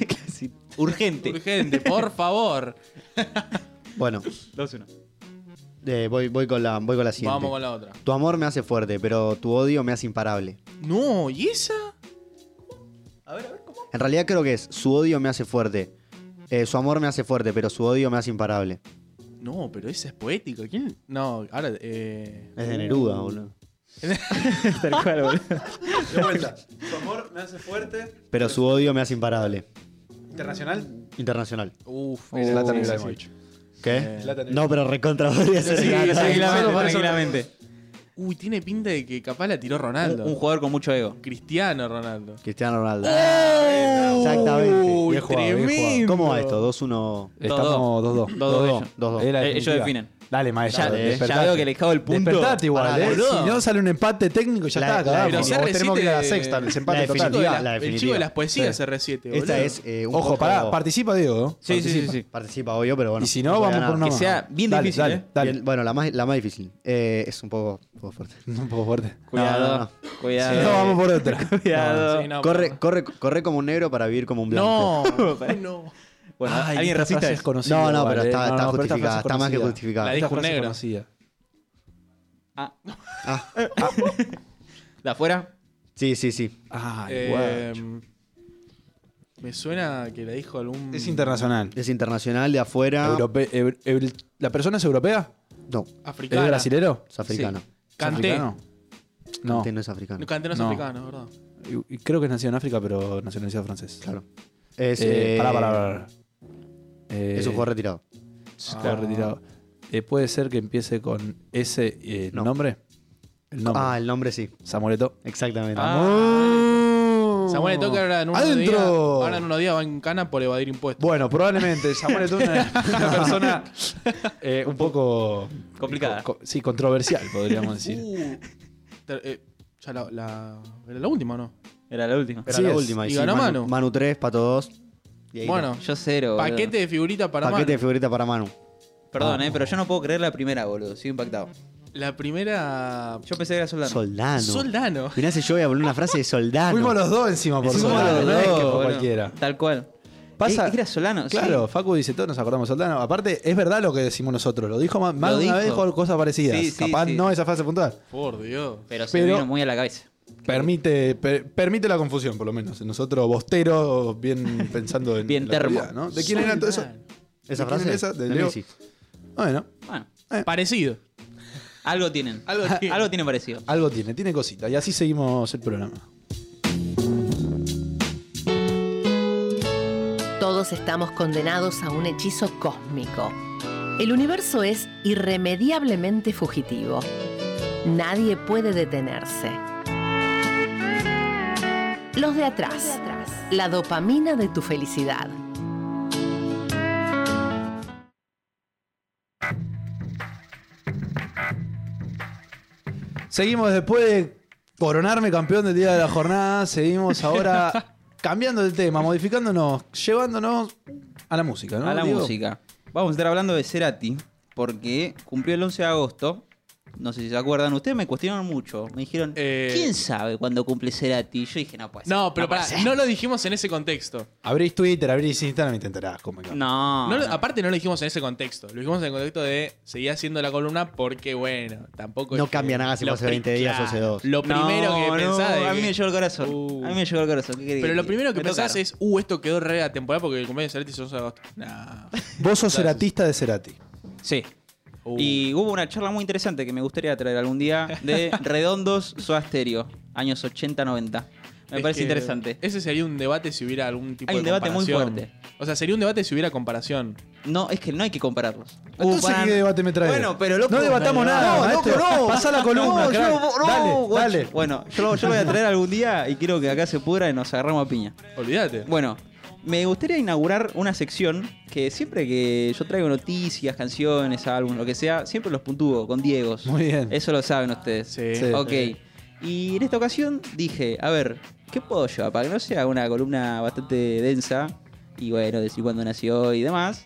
S6: Clase- Urgente.
S5: Urgente, por favor.
S4: estaba- Bueno,
S6: 2-1.
S4: eh, voy, voy, con la, voy con la siguiente.
S5: Vamos con la otra.
S4: Tu amor me hace fuerte, pero tu odio me hace imparable.
S5: No, ¿y esa?
S4: En realidad creo que es su odio me hace fuerte. Eh, su amor me hace fuerte, pero su odio me hace imparable.
S5: No, pero esa es poética. ¿Quién? No, ahora. Eh...
S4: Es de Neruda, boludo.
S6: Tal cual, boludo.
S3: De vuelta. Su amor me hace fuerte.
S4: Pero su odio me hace imparable.
S3: Internacional.
S4: Internacional.
S5: Uf,
S3: Es
S5: uh,
S3: Zlatan
S5: sí, sí,
S3: Ibrahimovic.
S5: sí.
S4: ¿Qué?
S5: Eh,
S4: No, pero recontra podría ser.
S5: sí,
S6: Tranquilamente,
S5: sí, sí.
S6: tranquilamente.
S5: Uy, tiene pinta de que capaz la tiró
S6: Un,
S5: Ronaldo.
S6: un jugador con mucho ego.
S5: Cristiano Ronaldo.
S4: Cristiano Ronaldo. Exactamente.
S5: Uy,
S3: Bien jugado, bien
S5: tremendo.
S4: ¿Cómo va esto? 2-1.
S3: Estamos 2-2.
S6: 2-2.
S4: 2-2.
S3: Es la
S6: Eh,
S3: definitiva.
S6: ellos definen.
S3: Dale, maestro.
S6: Ya,
S3: despertate.
S6: ya veo que le dejado el punto.
S3: Despertate igual,
S4: Pará,
S3: ¿eh?
S5: boludo.
S3: Si no sale un empate técnico, ya
S4: La-
S3: está.
S4: la-
S3: acabamos.
S5: pero se
S3: Vos
S5: resiste-
S3: tenemos que ir a la sexta, el desempate
S4: La
S5: El
S3: total.
S5: chico de la-
S4: definitiva, la
S5: el chico
S4: definitiva.
S5: de las poesías
S4: Sí.
S5: se reciete, Este, boludo.
S4: Esta es eh, un
S3: Ojo,
S4: poco-
S3: pará, participa Diego. ¿no?
S6: Sí, sí, sí, sí.
S4: Participa, obvio, pero bueno.
S3: Y si no, vamos por una
S6: Que
S3: más.
S6: sea bien
S3: Dale,
S6: difícil,
S3: dale,
S6: ¿eh?
S3: Dale.
S4: Bien, bueno, la más, la más difícil. Eh, es un poco, un poco fuerte.
S3: Un poco fuerte.
S6: Cuidado,
S4: No, no,
S6: cuidado.
S3: No, vamos por otra.
S6: Cuidado.
S5: Sí, no,
S4: corre, corre, corre como un negro para vivir como un blanco.
S5: No, no.
S6: Bueno, alguien
S3: esta
S6: racista
S3: frase
S6: es.
S3: conocida.
S4: No, no,
S3: igual,
S4: pero
S3: ¿eh?
S4: está, está
S3: No, no, pero esta
S4: justificada.
S3: frase
S4: está más que
S3: conocida.
S4: justificada.
S5: La
S3: Esta
S5: dijo un
S3: frase
S5: negro.
S3: conocida.
S6: Ah.
S4: Ah.
S6: ¿De afuera?
S4: Sí, sí, sí.
S3: Ay,
S5: Eh, me suena que la dijo algún.
S3: guacho. Es internacional.
S4: Es internacional, de afuera.
S3: Europe- ev- ev- ¿La persona es europea?
S4: No,
S5: Africana.
S3: ¿Es brasilero?
S4: es africano.
S3: ¿Es
S5: Canté.
S3: africano? No.
S4: Este no es africano.
S5: Canté no es
S3: No.
S5: africano, ¿verdad?
S3: Y- y Creo que es nacido en África, pero nacionalizado francés.
S4: Claro. Es,
S3: Eh,
S4: eh,
S3: pará, pará, pará. Eh,
S4: es un jugador retirado.
S3: está retirado. Eh, ¿Puede ser que empiece con ese eh,
S4: No.
S3: nombre? El nombre.
S4: Ah, el nombre sí.
S3: Samueleto.
S4: Exactamente.
S3: Ah. Mm.
S5: Samuel Toca ahora en unos
S3: ¡Adentro!
S5: días. Ahora en unos días va en cana por evadir impuestos.
S3: Bueno, probablemente Samueleto es una, una persona eh, un poco...
S6: Complicada.
S3: co- co- sí, controversial, podríamos decir.
S5: Uh, ter- eh, ya la, la, era la última, ¿no?
S6: Era la última.
S4: Era
S3: Sí
S4: la
S3: es.
S4: última.
S5: Y
S4: sí,
S5: ganó
S4: Manu,
S5: Manu.
S4: 3, Pato 2. Y ahí
S5: Bueno,
S6: Yo cero. boludo.
S5: paquete de figurita para
S4: está.
S5: Manu.
S4: Paquete de figurita para Manu.
S6: Perdón, eh, pero yo no puedo creer la primera, boludo. Sigo impactado.
S5: La primera.
S6: Yo pensé que era soldado.
S4: Soldano.
S5: Soldano.
S4: Mirá si yo voy a poner una frase de soldano.
S3: Uh, Fuimos los dos encima por
S4: Fuimos
S3: Solano,
S4: los
S3: no es que
S6: dos,
S3: fue
S6: boludo.
S3: cualquiera.
S6: Tal cual.
S3: Pasa-
S6: Eh, Era Solano, sí.
S3: Claro, Facu dice todo, nos acordamos de Soldano. Aparte, es verdad lo que decimos nosotros. Lo dijo más, más
S6: Lo
S3: de una
S6: dijo.
S3: vez con cosas parecidas.
S6: Sí, sí,
S3: Capaz
S6: sí.
S3: no esa frase puntual.
S5: Por Dios.
S6: Pero se
S3: Pero-
S6: vino muy a la cabeza.
S3: Permite, per- permite la confusión, por lo menos. Nosotros, bosteros, bien pensando en.
S6: Bien
S3: la
S6: termo.
S3: actualidad, ¿no? ¿De quién era todo eso?
S5: Soldano.
S4: ¿Esa
S3: ¿De quién
S4: frase?
S3: es esa? De
S4: De
S3: Leo.
S4: Messi.
S3: Bueno,
S6: Bueno,
S5: Parecido.
S6: algo tienen.
S5: Algo tienen.
S6: algo tienen parecido.
S3: algo tiene, tiene cosita. Y así seguimos el programa.
S1: Todos estamos condenados a un hechizo cósmico. El universo es irremediablemente fugitivo. Nadie puede detenerse. Los de atrás. La dopamina de tu felicidad.
S3: Seguimos después de coronarme campeón del día de la jornada. Seguimos ahora cambiando el tema, modificándonos, llevándonos a la música, ¿no?
S6: a la
S3: Diego?
S6: música. Vamos a estar hablando de Cerati, porque cumplió el 11 de agosto. No sé si se acuerdan, ustedes me cuestionaron mucho. Me dijeron,
S5: Eh.
S6: ¿quién sabe cuándo cumple Cerati? Yo dije, no puede ser.
S5: No, pero
S6: puede
S5: pará,
S6: ser".
S5: no lo dijimos en ese contexto.
S3: Abrís Twitter, abrís Instagram y te enterás cómo que-
S6: No,
S5: No lo-
S6: no.
S5: Aparte no lo dijimos en ese contexto. Lo dijimos en el contexto de seguir haciendo la columna porque, bueno, tampoco... es
S4: No
S5: que-
S4: cambia nada si
S5: lo
S4: fue hace
S5: pri-
S4: 20 días o hace
S5: claro,
S4: dos.
S5: Lo primero
S6: No,
S5: que
S6: no,
S5: pensás... de
S6: A mí
S5: que-
S6: me llegó el corazón.
S5: Uh.
S6: A mí me llegó el corazón. ¿qué querés
S5: Pero lo
S6: diga?
S5: primero que
S6: Me
S5: pensás
S6: tocaron.
S5: es, uh, esto quedó re atemporal porque el cumpleaños de Cerati es 11 de agosto. Nah.
S3: Vos sos ceratista de Cerati.
S6: Sí.
S5: Uh.
S6: Y hubo una charla muy interesante que me gustaría traer algún día de Redondos Soda Stereo, años 80-90. Me
S5: Es
S6: parece
S5: que
S6: interesante.
S5: Ese sería un debate si hubiera algún tipo
S6: Hay
S5: de
S6: un debate muy
S5: comparación.
S6: fuerte.
S5: O sea, sería un debate si hubiera comparación.
S6: No, es que no hay que compararlos.
S3: Entonces,
S6: Como para-
S3: Uh, ¿qué debate me traes?
S6: Bueno, pero loco.
S3: No debatamos
S6: no,
S3: nada,
S6: no,
S3: maestro.
S6: loco, no.
S3: Pasá la columna,
S6: No,
S3: crack.
S6: yo, no,
S3: Dale,
S6: guacho.
S3: dale.
S6: Bueno, yo, lo- yo lo voy a traer algún día y quiero que acá se pudra y nos agarramos a piña.
S5: Olvídate.
S6: Bueno, me gustaría inaugurar una sección que siempre que yo traigo noticias, canciones, álbumes, lo que sea, siempre los puntúo con Diegos.
S3: Muy bien.
S6: Eso lo saben ustedes.
S5: Sí.
S3: Sí.
S6: Ok. Y en esta ocasión dije, a ver, ¿qué puedo llevar? Para que no sea una columna bastante densa y bueno, decir cuándo nació y demás.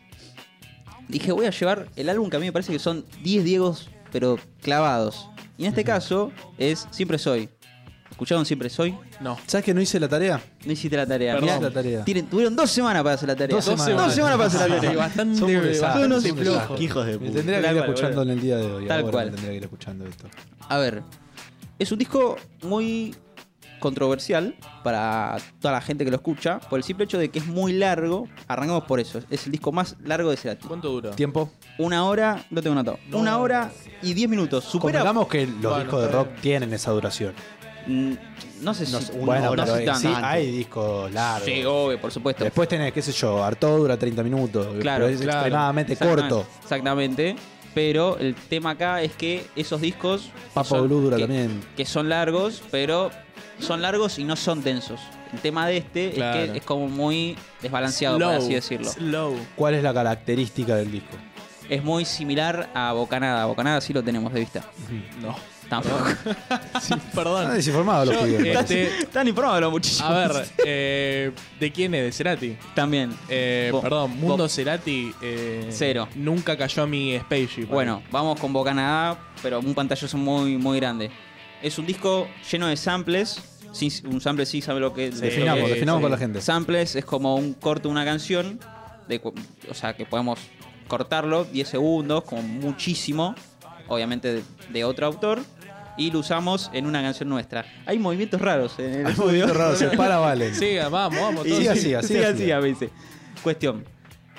S6: Dije, voy a llevar el álbum que a mí me parece que son 10 Diegos, pero clavados. Y en este caso es Siempre Soy. ¿Escucharon Siempre Soy?
S5: No.
S3: ¿Sabes que no hice la tarea?
S6: No hiciste la tarea.
S5: Perdón.
S6: Mirá,
S3: No hice la tarea.
S6: tienen- tuvieron dos semanas para hacer la tarea.
S3: Dos
S6: Dos
S3: semanas.
S6: dos semanas para hacer la
S5: Sí,
S6: tarea.
S5: bastante,
S3: Son un desastre,
S5: bastante
S3: son un
S5: flojo.
S3: desastre.
S4: Hijos de
S3: Me
S4: puta.
S3: tendría que
S6: Tal
S3: ir
S6: cual,
S3: escuchando
S6: Eh, boludo.
S3: en el día de hoy.
S6: Tal
S3: ahora
S6: cual.
S3: me Tendría que ir escuchando esto.
S6: A ver, es un disco muy controversial para toda la gente que lo escucha, por el simple hecho de que es muy largo. Arrancamos por eso. Es el disco más largo de Cerati.
S5: ¿Cuánto duró?
S3: ¿Tiempo?
S6: Una hora, no tengo notado. Una hora y diez minutos. Supera.
S3: Convengamos que los
S5: Bueno,
S3: discos de
S5: está
S3: rock
S5: bien.
S3: tienen esa duración.
S6: Mm, No sé si.
S4: No sé, una
S3: Bueno,
S4: hora,
S6: no
S3: pero
S6: sé
S3: eh,
S6: tanto.
S3: sí, hay discos largos.
S6: Sí, obvio, por supuesto.
S3: Después tenés, qué sé yo, Artó dura 30 minutos.
S6: Claro,
S3: pero es
S6: claro.
S3: extremadamente
S6: Exactamente,
S3: corto.
S6: Exactamente. Pero el tema acá es que esos discos.
S3: Papa
S6: son-
S3: Blue dura
S6: que-
S3: también.
S6: Que son largos, pero son largos y no son densos. El tema de este es
S5: Claro.
S6: que es como muy desbalanceado, por así decirlo.
S5: Slow.
S3: ¿Cuál es la característica del disco?
S6: Es muy similar a Bocanada. Bocanada sí lo tenemos de vista.
S5: No.
S6: Tampoco.
S3: Están
S5: Perdón.
S3: desinformados los
S5: Yo,
S3: pibes. me parece.
S5: este,
S6: Están informados los muchachos.
S5: a ver, eh, ¿de quién es? ¿De Cerati?
S6: También.
S5: Eh,
S6: Bo-
S5: perdón, Mundo
S6: bo-
S5: Cerati. eh,
S6: Cero.
S5: Nunca cayó a mi spaceship.
S6: Bueno, vamos con Bocanada, pero un pantallazo muy, muy grande. Es un disco lleno de samples. Sí, un sample sí sabe lo que...
S3: Definamos,
S6: lo que- eh,
S3: definamos
S5: sí.
S3: con la gente.
S6: Samples es como un corte de una canción, de cu- o sea, que podemos cortarlo 10 segundos, como muchísimo, obviamente de, de otro autor, y lo usamos en una canción nuestra. Hay movimientos raros en el
S3: Muy
S6: estudio.
S3: bien, raro, se para, vale.
S5: Siga, vamos, vamos.
S3: Y
S5: todos.
S3: siga, siga,
S6: Sí, así, a veces. Cuestión.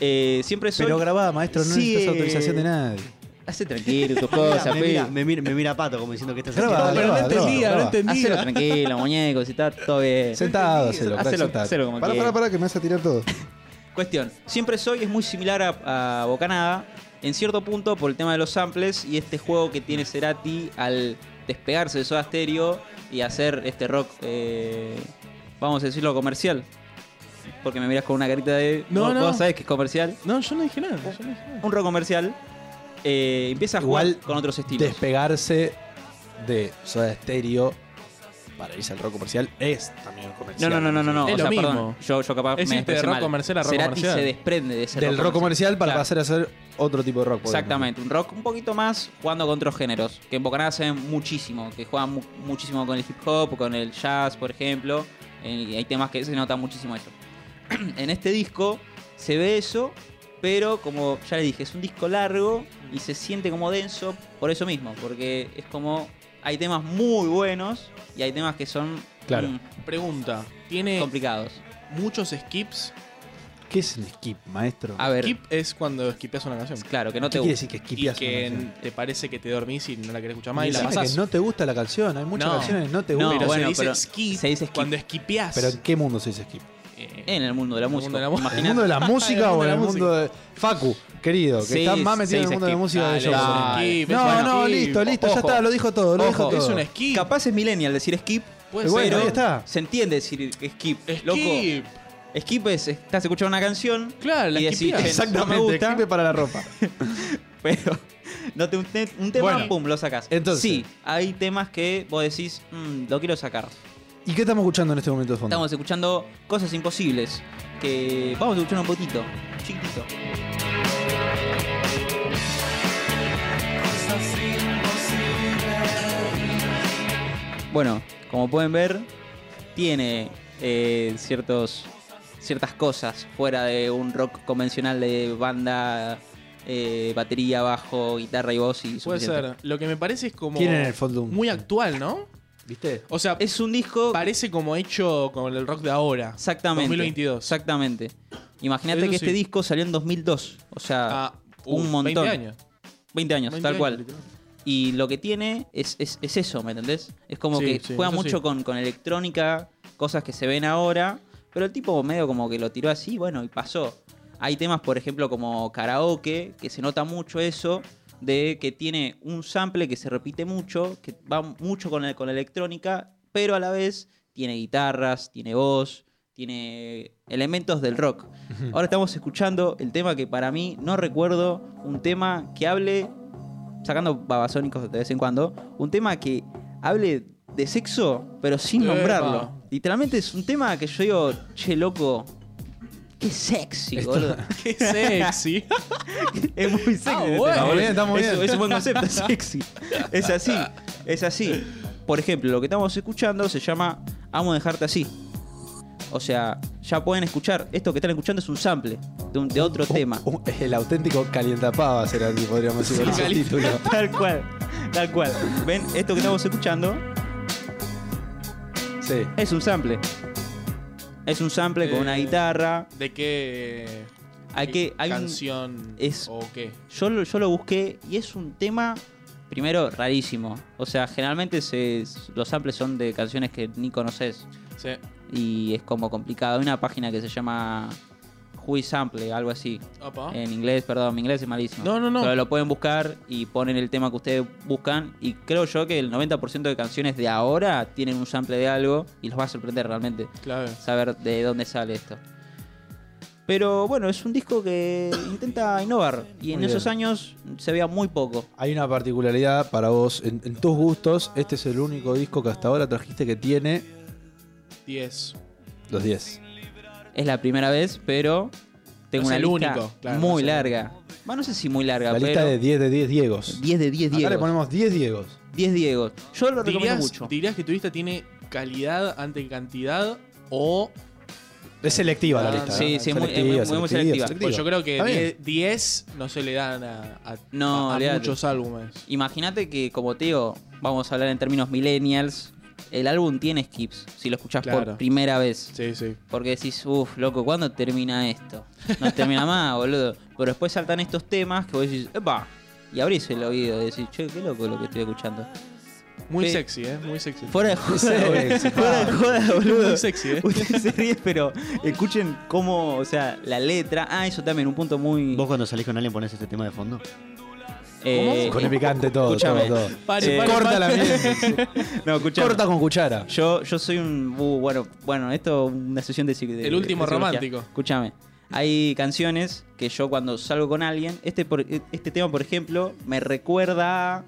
S6: Eh, siempre soy...
S3: Pero grabada, maestro, no
S6: Sí,
S3: necesitas
S6: eh,
S3: autorización de nadie.
S6: Hace tranquilo tus
S4: Mira,
S6: cosas,
S4: me, mira,
S6: pe.
S4: me mira- me mira pato como diciendo que estás
S3: Graba,
S5: No,
S4: haciendo-
S5: pero no
S3: graba,
S5: entendía,
S3: graba.
S5: no entendía.
S6: Hacelo tranquilo, muñeco, si está todo bien.
S3: Sentado, hacelo, crack,
S6: Hacelo-
S3: sentado.
S6: hacelo como
S3: Pará,
S6: quieras.
S3: pará, pará, que me vas a tirar todo.
S6: Cuestión, siempre soy es muy similar a, a Bocanada, en cierto punto por el tema de los samples y este juego que tiene Cerati al despegarse de Soda Stereo y hacer este rock, eh, vamos a decirlo, comercial. Porque me miras con una carita de...
S5: No,
S6: vos-
S5: no.
S6: Vos sabés que es comercial.
S5: No, yo no dije nada. yo no dije nada.
S6: Un rock comercial. eh, empieza a jugar
S3: Igual
S6: con otros estilos.
S3: Despegarse de Soda Stereo para irse al rock comercial es también un comercial.
S6: No, no, no, no, no, no.
S5: Es
S6: o
S5: lo
S6: sea,
S5: mismo.
S6: perdón. Yo, yo capaz
S5: Es irte
S6: me
S5: de
S6: expresé
S5: rock
S6: mal.
S5: comercial a rock
S6: Cerati
S5: comercial.
S6: se desprende de ese
S3: Del rock comercial para
S6: Claro.
S3: pasar a hacer otro tipo de rock. podemos
S6: Exactamente, un rock un poquito más jugando con otros géneros, que en Bocanada se ven muchísimo, que juegan mu- muchísimo con el hip hop, con el jazz, por ejemplo, eh, y hay temas que se nota muchísimo eso. en este disco se ve eso, pero como ya le dije, es un disco largo y se siente como denso por eso mismo, porque es como hay temas muy buenos y hay temas que son
S3: Claro. Eh,
S6: mm,
S5: Pregunta. ¿Tiene
S6: complicados.
S5: muchos skips?
S3: decir. ¿Qué es un skip, maestro?
S6: A ver,
S5: Skip es cuando skipeas una canción.
S6: claro, que no
S3: ¿Qué
S6: te
S3: quiere
S6: gusta.
S3: decir que
S5: Y
S3: skipeas una
S5: que
S3: canción?
S5: te parece que te dormís y no la querés escuchar más y la
S3: Encima
S5: pasás.
S3: que no te gusta la canción, hay muchas
S5: No.
S3: canciones que no te
S6: No,
S3: gustan.
S5: pero
S6: bueno,
S5: se dice
S6: pero
S5: skip
S6: se dice skip.
S5: cuando skipeás.
S3: Pero ¿en qué mundo se dice skip?
S5: en eh,
S6: En el mundo de la
S5: En el mundo
S6: música.
S5: de la mu-
S3: ¿En el mundo de la música o en el mundo de. Facu, querido, que
S6: Sí,
S3: está más metido en el
S6: sí,
S3: mundo de la
S6: skip.
S3: música de
S5: Dale,
S3: yo.
S5: es un
S3: Dale.
S5: skip, es
S3: No,
S5: un
S3: no,
S5: skip.
S3: listo, listo, ya
S6: Ojo.
S3: está, lo dijo todo, lo dijo
S6: Ojo,
S3: todo.
S5: es un skip.
S6: Capaz es millennial decir skip.
S5: Puede
S3: Bueno,
S5: ser.
S3: ahí está.
S6: Se entiende decir skip.
S5: Skip.
S6: Loco. Skip es, estás escuchando una canción.
S5: Claro, la
S6: y decís,
S5: skipeás.
S6: "Che,
S3: Exactamente,
S6: no me
S3: el
S6: gusta,
S3: clipe para la ropa.
S6: pero no te, un, te- un tema,
S3: Bueno,
S6: pum, lo sacás.
S3: entonces.
S6: Sí, hay temas que vos decís, "Mm, lo quiero sacar.
S3: ¿Y qué estamos escuchando en este momento de fondo?
S6: Estamos escuchando cosas imposibles. Que vamos a escuchar un poquito, chiquitito. Bueno, como pueden ver, tiene eh, ciertos ciertas cosas fuera de un rock convencional de banda, eh, batería, bajo, guitarra y voz y
S5: Puede
S6: suficiente.
S5: ser. Lo que me parece es como.
S3: Tienen el Foldum.
S5: Muy actual, ¿no?
S3: ¿Viste?
S5: O sea,
S6: Es un disco
S5: parece como hecho con el rock de ahora.
S6: Exactamente.
S5: 2022.
S6: Exactamente. Imagínate
S5: Eso
S6: que este
S5: sí.
S6: disco salió en 2002. O sea,
S5: Ah,
S6: un
S5: uf,
S6: montón.
S5: 20 años.
S6: 20 años,
S5: 20
S6: tal
S5: años,
S6: cual.
S5: literal.
S6: Y lo que tiene es, es- es eso, ¿me entendés? Es como
S5: Sí,
S6: que
S5: sí,
S6: juega
S5: eso
S6: mucho
S5: sí.
S6: con, con electrónica, cosas que se ven ahora. Pero el tipo medio como que lo tiró así, bueno, y pasó. Hay temas, por ejemplo, como karaoke, que se nota mucho eso, de que tiene un sample que se repite mucho, que va mucho con, el- con la electrónica, pero a la vez tiene guitarras, tiene voz, tiene elementos del rock. Ahora estamos escuchando el tema que para mí no recuerdo, un tema que hable, sacando babasónicos de vez en cuando, un tema que hable de sexo, pero sin
S5: Epa.
S6: nombrarlo. Literalmente es un tema que yo digo, che, loco, qué sexy, boludo.
S5: Qué sexy.
S6: Es muy sexy.
S5: Ah,
S6: este
S5: bueno. Está
S6: tema.
S5: muy
S3: bien, está muy
S6: Es-
S3: bien.
S6: Es un buen concepto, sexy. Es así, es así. Por ejemplo, lo que estamos escuchando se llama Amo dejarte así. O sea, ya pueden escuchar, esto que están escuchando es un sample de, un- de otro
S3: Oh,
S6: tema.
S3: el auténtico calientapava será el que podríamos decir con ese título.
S6: Tal cual, tal cual. ¿Ven? Esto que estamos escuchando
S3: Sí.
S6: es un sample. Es un sample con una
S5: Eh.
S6: guitarra.
S5: ¿De qué
S6: Hay que- hay un-
S5: canción
S6: es-
S5: o qué?
S6: Yo lo, yo lo busqué y es un tema, primero, rarísimo. O sea, generalmente se, los samples son de canciones que ni conoces.
S5: Sí.
S6: Y es como complicado. Hay una página que se llama Hui Sample, algo así.
S5: Opa.
S6: En inglés, perdón, mi inglés es malísimo.
S5: Ah. No, no, no.
S6: Pero lo pueden buscar y ponen el tema que ustedes buscan. Y creo yo que el 90% de canciones de ahora tienen un sample de algo y los va a sorprender realmente
S5: Claro.
S6: saber de dónde sale esto. Pero bueno, es un disco que intenta innovar y en
S3: Muy
S6: esos
S3: bien.
S6: años se veía muy poco.
S3: Hay una particularidad para vos, en, en tus gustos, este es el único disco que hasta ahora trajiste que tiene
S5: 10.
S3: los 10.
S6: Es la primera vez, pero
S5: No
S6: tengo
S5: es
S6: una
S5: el
S6: lista
S5: único, claro, no es
S6: muy
S5: el
S6: larga. Bueno, no sé si muy larga,
S3: La
S6: pero
S3: lista de 10 de 10 Diegos.
S6: 10 de 10
S3: Acá le
S6: Diegos.
S3: ponemos 10 Diegos.
S6: 10 Diegos. Yo lo recomiendo
S5: ¿Dirías,
S6: mucho.
S5: dirías que tu lista tiene calidad ante cantidad o...?
S3: Es selectiva la
S5: Ah,
S3: lista.
S6: sí,
S3: ¿no?
S6: sí, es muy- es muy- muy selectiva.
S5: Pues yo creo
S3: Está bien.
S5: que 10 no se le dan a, a-
S6: No,
S5: a- a
S6: olvídate.
S5: muchos álbumes.
S6: Imagínate que, como te digo, vamos a hablar en términos millennials, el álbum tiene skips, si lo escuchás por
S5: Claro.
S6: primera vez.
S5: Sí, sí.
S6: Porque decís, uff, loco, ¿cuándo termina esto? No termina más, boludo. Pero después saltan estos temas que vos decís, ¡epa! Y abrís el oído y decís, che, qué loco lo que estoy escuchando.
S5: Muy
S6: Sí.
S5: sexy, ¿eh? Muy sexy.
S6: Fuera de joda,
S3: Sí,
S6: boludo. Fuera de joda, boludo.
S5: Muy sexy, ¿eh?
S6: Ustedes se ríen, pero escuchen cómo, o sea, la letra. Ah, eso también, un punto muy.
S4: ¿Vos cuando salís con alguien ponés este tema de fondo?
S6: eh,
S3: Con el picante todo,
S6: Escúchame.
S3: todo, todo.
S5: Pare,
S6: Eh,
S5: pare,
S3: Corta
S5: pare.
S3: la mierda.
S6: No, escuchame.
S3: Corta con cuchara.
S6: Yo, yo soy un. uh, bueno, bueno, esto es una sesión de, psic- de-
S5: El último
S6: de psicología.
S5: romántico.
S6: Escúchame. Hay canciones que yo cuando salgo con alguien, este, por- este tema, por ejemplo, me recuerda a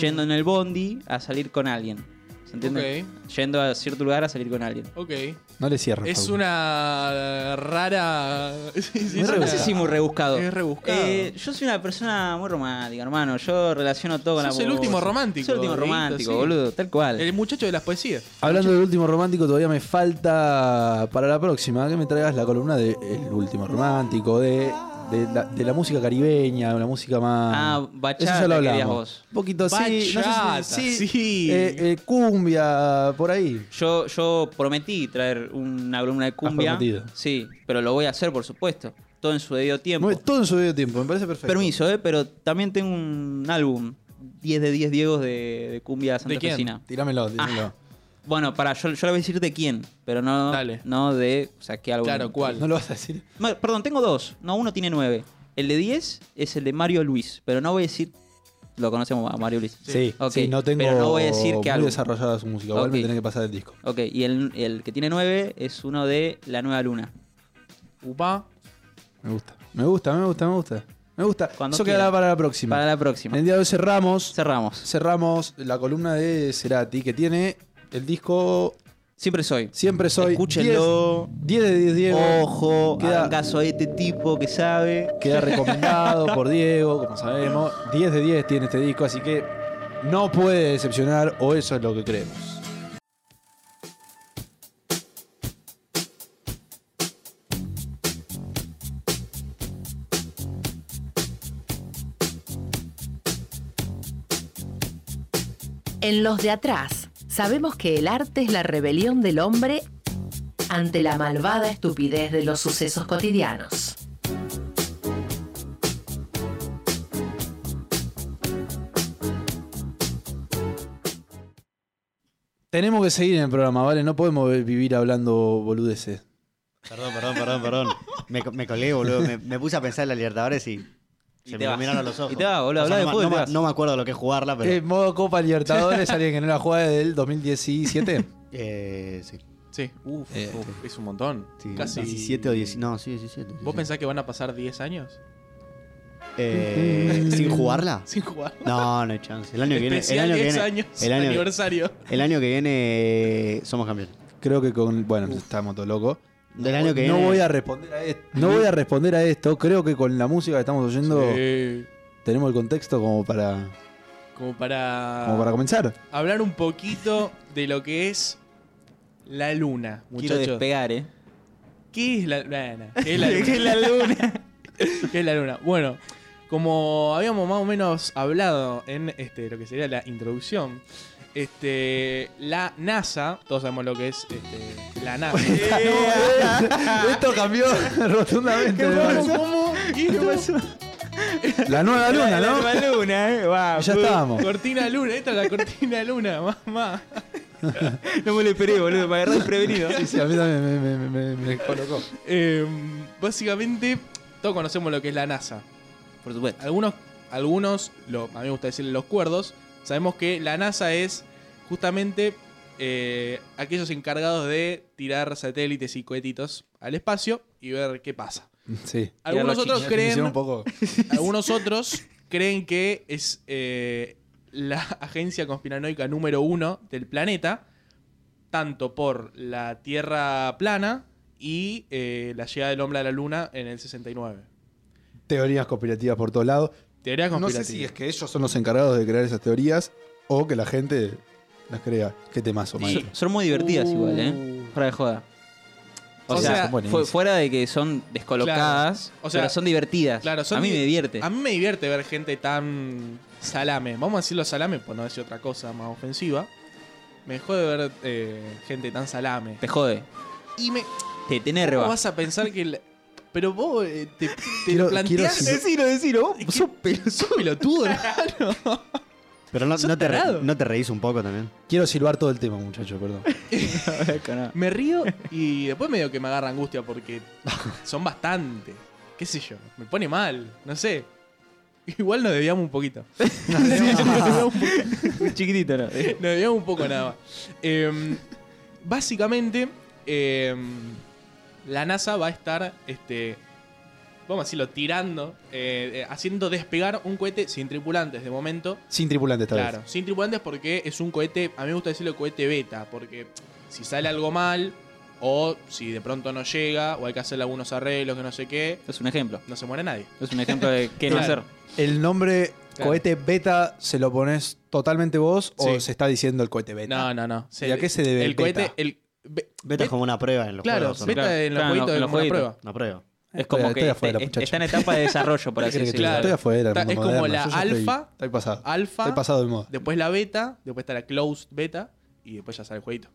S6: yendo en el bondi a salir con alguien. ¿Se entiende? Yendo a cierto lugar a salir con alguien.
S5: Ok, ok.
S3: No le cierro.
S5: Es
S3: Facu.
S5: una rara... Sí, sí,
S3: Muy
S5: es
S6: No
S5: una-
S6: sé si muy rebuscado.
S5: Es rebuscado.
S6: Eh, yo soy una persona muy romántica, hermano. Yo relaciono todo con la
S5: Sos el último romántico,
S6: Soy el último
S5: Dieguito,
S6: romántico,
S5: sí.
S6: boludo. Tal cual.
S5: El muchacho de las poesías.
S3: Hablando del último romántico, todavía me falta para la próxima que me traigas la columna de El último romántico, de, de, la, de la música caribeña, la música más.
S6: Ah, bachata
S3: Eso ya lo
S6: querías
S3: hablamos.
S6: vos.
S3: Un poquito sí, no sé si-
S5: Bachata,
S3: sí,
S5: sí.
S3: eh, eh, cumbia, por ahí.
S6: Yo, yo prometí traer una columna de cumbia.
S3: prometido.
S6: Sí, pero lo voy a hacer, por supuesto. Todo en su debido tiempo.
S3: Muy- Todo en su debido tiempo, me parece perfecto.
S6: Permiso, ¿eh? Pero también tengo un álbum. 10 de 10 Diegos de, de cumbia
S5: quién?
S6: santafesina.
S3: Tíramelo, tíramelo.
S6: Bueno, para, yo, yo le voy a decir de quién, pero no,
S5: Dale.
S6: no de. O sea, qué álbum.
S5: Claro, ¿cuál?
S3: No lo vas a decir.
S6: Ma- Perdón, tengo dos. No, uno tiene nueve. El de 10 es el de Mario Luis, pero no voy a decir. Lo conocemos a Mario Luis.
S3: Sí,
S6: Ok,
S3: sí, no tengo
S6: Pero no voy a decir
S3: muy
S6: que algo.
S3: desarrollada su música. Igual
S6: Ok.
S3: me tenés que pasar el disco.
S6: Ok, y el, el que tiene nueve es uno de La Nueva Luna.
S5: Upa.
S3: Me gusta. Me gusta, me gusta, me gusta. Me gusta.
S6: Cuando
S3: Eso
S6: quiera.
S3: quedará para la próxima.
S6: Para la próxima.
S3: En el día de hoy cerramos.
S6: Cerramos.
S3: cerramos la columna de Cerati que tiene el disco
S6: Siempre soy.
S3: Siempre Soy.
S6: Escúchenlo.
S3: 10 de 10 Diego.
S6: Ojo,
S3: Queda-
S6: hagan caso a este tipo que sabe.
S3: Queda recomendado por Diego, como sabemos. 10 de 10 tiene este disco, así que no puede decepcionar, o eso es lo que creemos.
S1: En los de atrás, sabemos que el arte es la rebelión del hombre ante la malvada estupidez de los sucesos cotidianos.
S3: Tenemos que seguir en el programa, ¿vale? No podemos vivir hablando boludeces.
S4: Perdón, perdón, perdón, perdón. Me, co- me colgué, boludo. Me, me puse a pensar en la Libertadores y.
S6: Y
S4: Se
S6: te
S4: me
S6: vas.
S4: miraron los ojos.
S6: Y te vas, boludo,
S4: O sea,
S6: hablá
S4: no,
S6: después
S4: me- no
S6: y te
S4: me-
S6: vas.
S4: no me acuerdo lo que es jugarla, pero.
S3: Eh, modo Copa Libertadores, alguien que no la juega desde el 2017.
S4: Eh, sí.
S5: Sí. Uf,
S3: Eh,
S5: uf, es un montón.
S4: sí,
S5: Casi.
S4: 17 o 19. No, sí, 17.
S5: ¿Vos
S4: 17.
S5: pensás que van a pasar 10 años?
S4: Eh, ¿Sin jugarla?
S5: Sin jugar.
S4: No, no hay chance. El año que viene. El
S5: Especial
S4: año que
S5: 10
S4: viene.
S5: años.
S4: el año-
S5: aniversario.
S4: El año que viene eh, somos campeones.
S3: Creo que con. Bueno, estamos todos locos.
S4: Del año que
S3: No
S4: viene.
S3: voy a responder a esto. No voy a responder a esto. Creo que con la música que estamos oyendo
S5: Sí.
S3: tenemos el contexto como para,
S5: Eh, Como para,
S3: como para comenzar.
S5: hablar un poquito de lo que es la luna,
S6: Quiero
S5: muchachos.
S6: despegar, eh.
S5: ¿Qué es la luna? ¿Qué es la luna? ¿Qué es la luna? Bueno, como habíamos más o menos hablado en este, lo que sería la introducción, este, la NASA, todos sabemos lo que es este, la NASA.
S3: esto cambió rotundamente. me parece.
S5: ¿Cómo? ¿Qué pasó?
S3: La nueva luna, ¿no?
S6: La Luna, eh. Va,
S3: Ya estábamos.
S5: Cortina luna, esta es la cortina luna, mamá.
S6: No me lo esperé, boludo. Me agarré desprevenido.
S3: Sí, sí, a mí también me, me- me- me- me colocó.
S5: Eh, básicamente, todos conocemos lo que es la NASA.
S6: Por supuesto.
S5: Algunos, algunos lo, a mí me gusta decirle los cuerdos, sabemos que la NASA es justamente eh, aquellos encargados de tirar satélites y cohetitos al espacio y ver qué pasa.
S3: Sí.
S5: Algunos
S6: los
S5: otros,
S3: Me hicieron
S5: creen,
S3: un poco.
S5: algunos otros creen que es eh, la agencia conspiranoica número uno del planeta, tanto por la Tierra plana y eh, la llegada del hombre a la Luna en el 69.
S3: Teorías conspirativas por todos lados.
S5: Teoría
S3: No
S5: conspirativa.
S3: sé si es que ellos son los encargados de crear esas teorías o que la gente las crea. Qué temazo, maestro.
S6: Son- Son muy divertidas igual, eh.
S3: Uh.
S6: Fuera de joda. O,
S5: O sea,
S6: sea, fu- fuera de que son descolocadas,
S5: O sea,
S6: pero son divertidas.
S5: Claro, son
S6: a mí
S5: di-
S6: me divierte.
S5: A mí me divierte ver gente tan salame. Vamos a decirlo salame, por no decir otra cosa más ofensiva. Me jode ver eh, gente tan salame.
S6: Te jode.
S5: Y me.
S6: Te
S5: ¿Cómo
S6: tenerva.
S5: vas a pensar que.? la- Pero vos eh, te, te
S3: Quiero-
S5: planteás.
S3: quiero-
S5: Decilo, decilo. Sos pel- sos pelotudo, hermano.
S4: Pero no,
S5: Sos
S4: no te re-
S5: tarado.
S4: no te reís un poco también.
S3: Quiero silbar todo el tema, muchachos, perdón.
S5: Me río y después medio que me agarra angustia porque son bastante. ¿Qué sé yo? Me pone mal. No sé. Igual nos debíamos un poquito. Nos debíamos- nos debíamos un poquito.
S6: Chiquitito, ¿no?
S5: Nos desviamos un poco nada más. Em, básicamente, em, la NASA va a estar, este, vamos a decirlo, tirando, eh, eh, haciendo despegar un cohete sin tripulantes de momento.
S3: Sin tripulante esta
S5: Claro,
S3: vez.
S5: sin tripulantes porque es un cohete, a mí me gusta decirlo cohete beta, porque si sale algo mal, o si de pronto no llega, o hay que hacer algunos arreglos, que no sé qué,
S6: Es un ejemplo.
S5: no se muere nadie.
S6: Es un ejemplo de qué no
S5: Claro.
S6: hacer.
S3: El nombre
S5: Claro.
S3: cohete beta se lo pones totalmente vos o
S5: Sí.
S3: se está diciendo el cohete beta.
S5: No, no, no.
S3: ¿Y a qué se debe
S5: El
S3: el beta?
S5: cohete, el... be-
S4: Beta es como una prueba en los
S5: claro,
S4: juegos. ¿no?
S5: beta
S6: Claro,
S5: en los
S6: claro,
S5: jueguitos
S6: en
S5: es
S6: los
S5: una
S6: jueguitos.
S5: prueba.
S4: Una prueba.
S6: Es como
S3: Estoy-
S6: que
S3: estoy afuera,
S6: es-
S3: muchacho.
S6: está en etapa de desarrollo, por así
S3: ¿Qué querés que te diga?
S6: decirlo.
S5: claro.
S3: Estoy afuera,
S5: Está-
S3: mundo
S5: es como
S3: moderno,
S5: la
S3: yo ya estoy-
S5: alfa,
S3: Estoy pasado.
S5: alfa,
S3: Estoy pasado de moda.
S5: Después la beta, después está la closed beta y después ya sale el jueguito.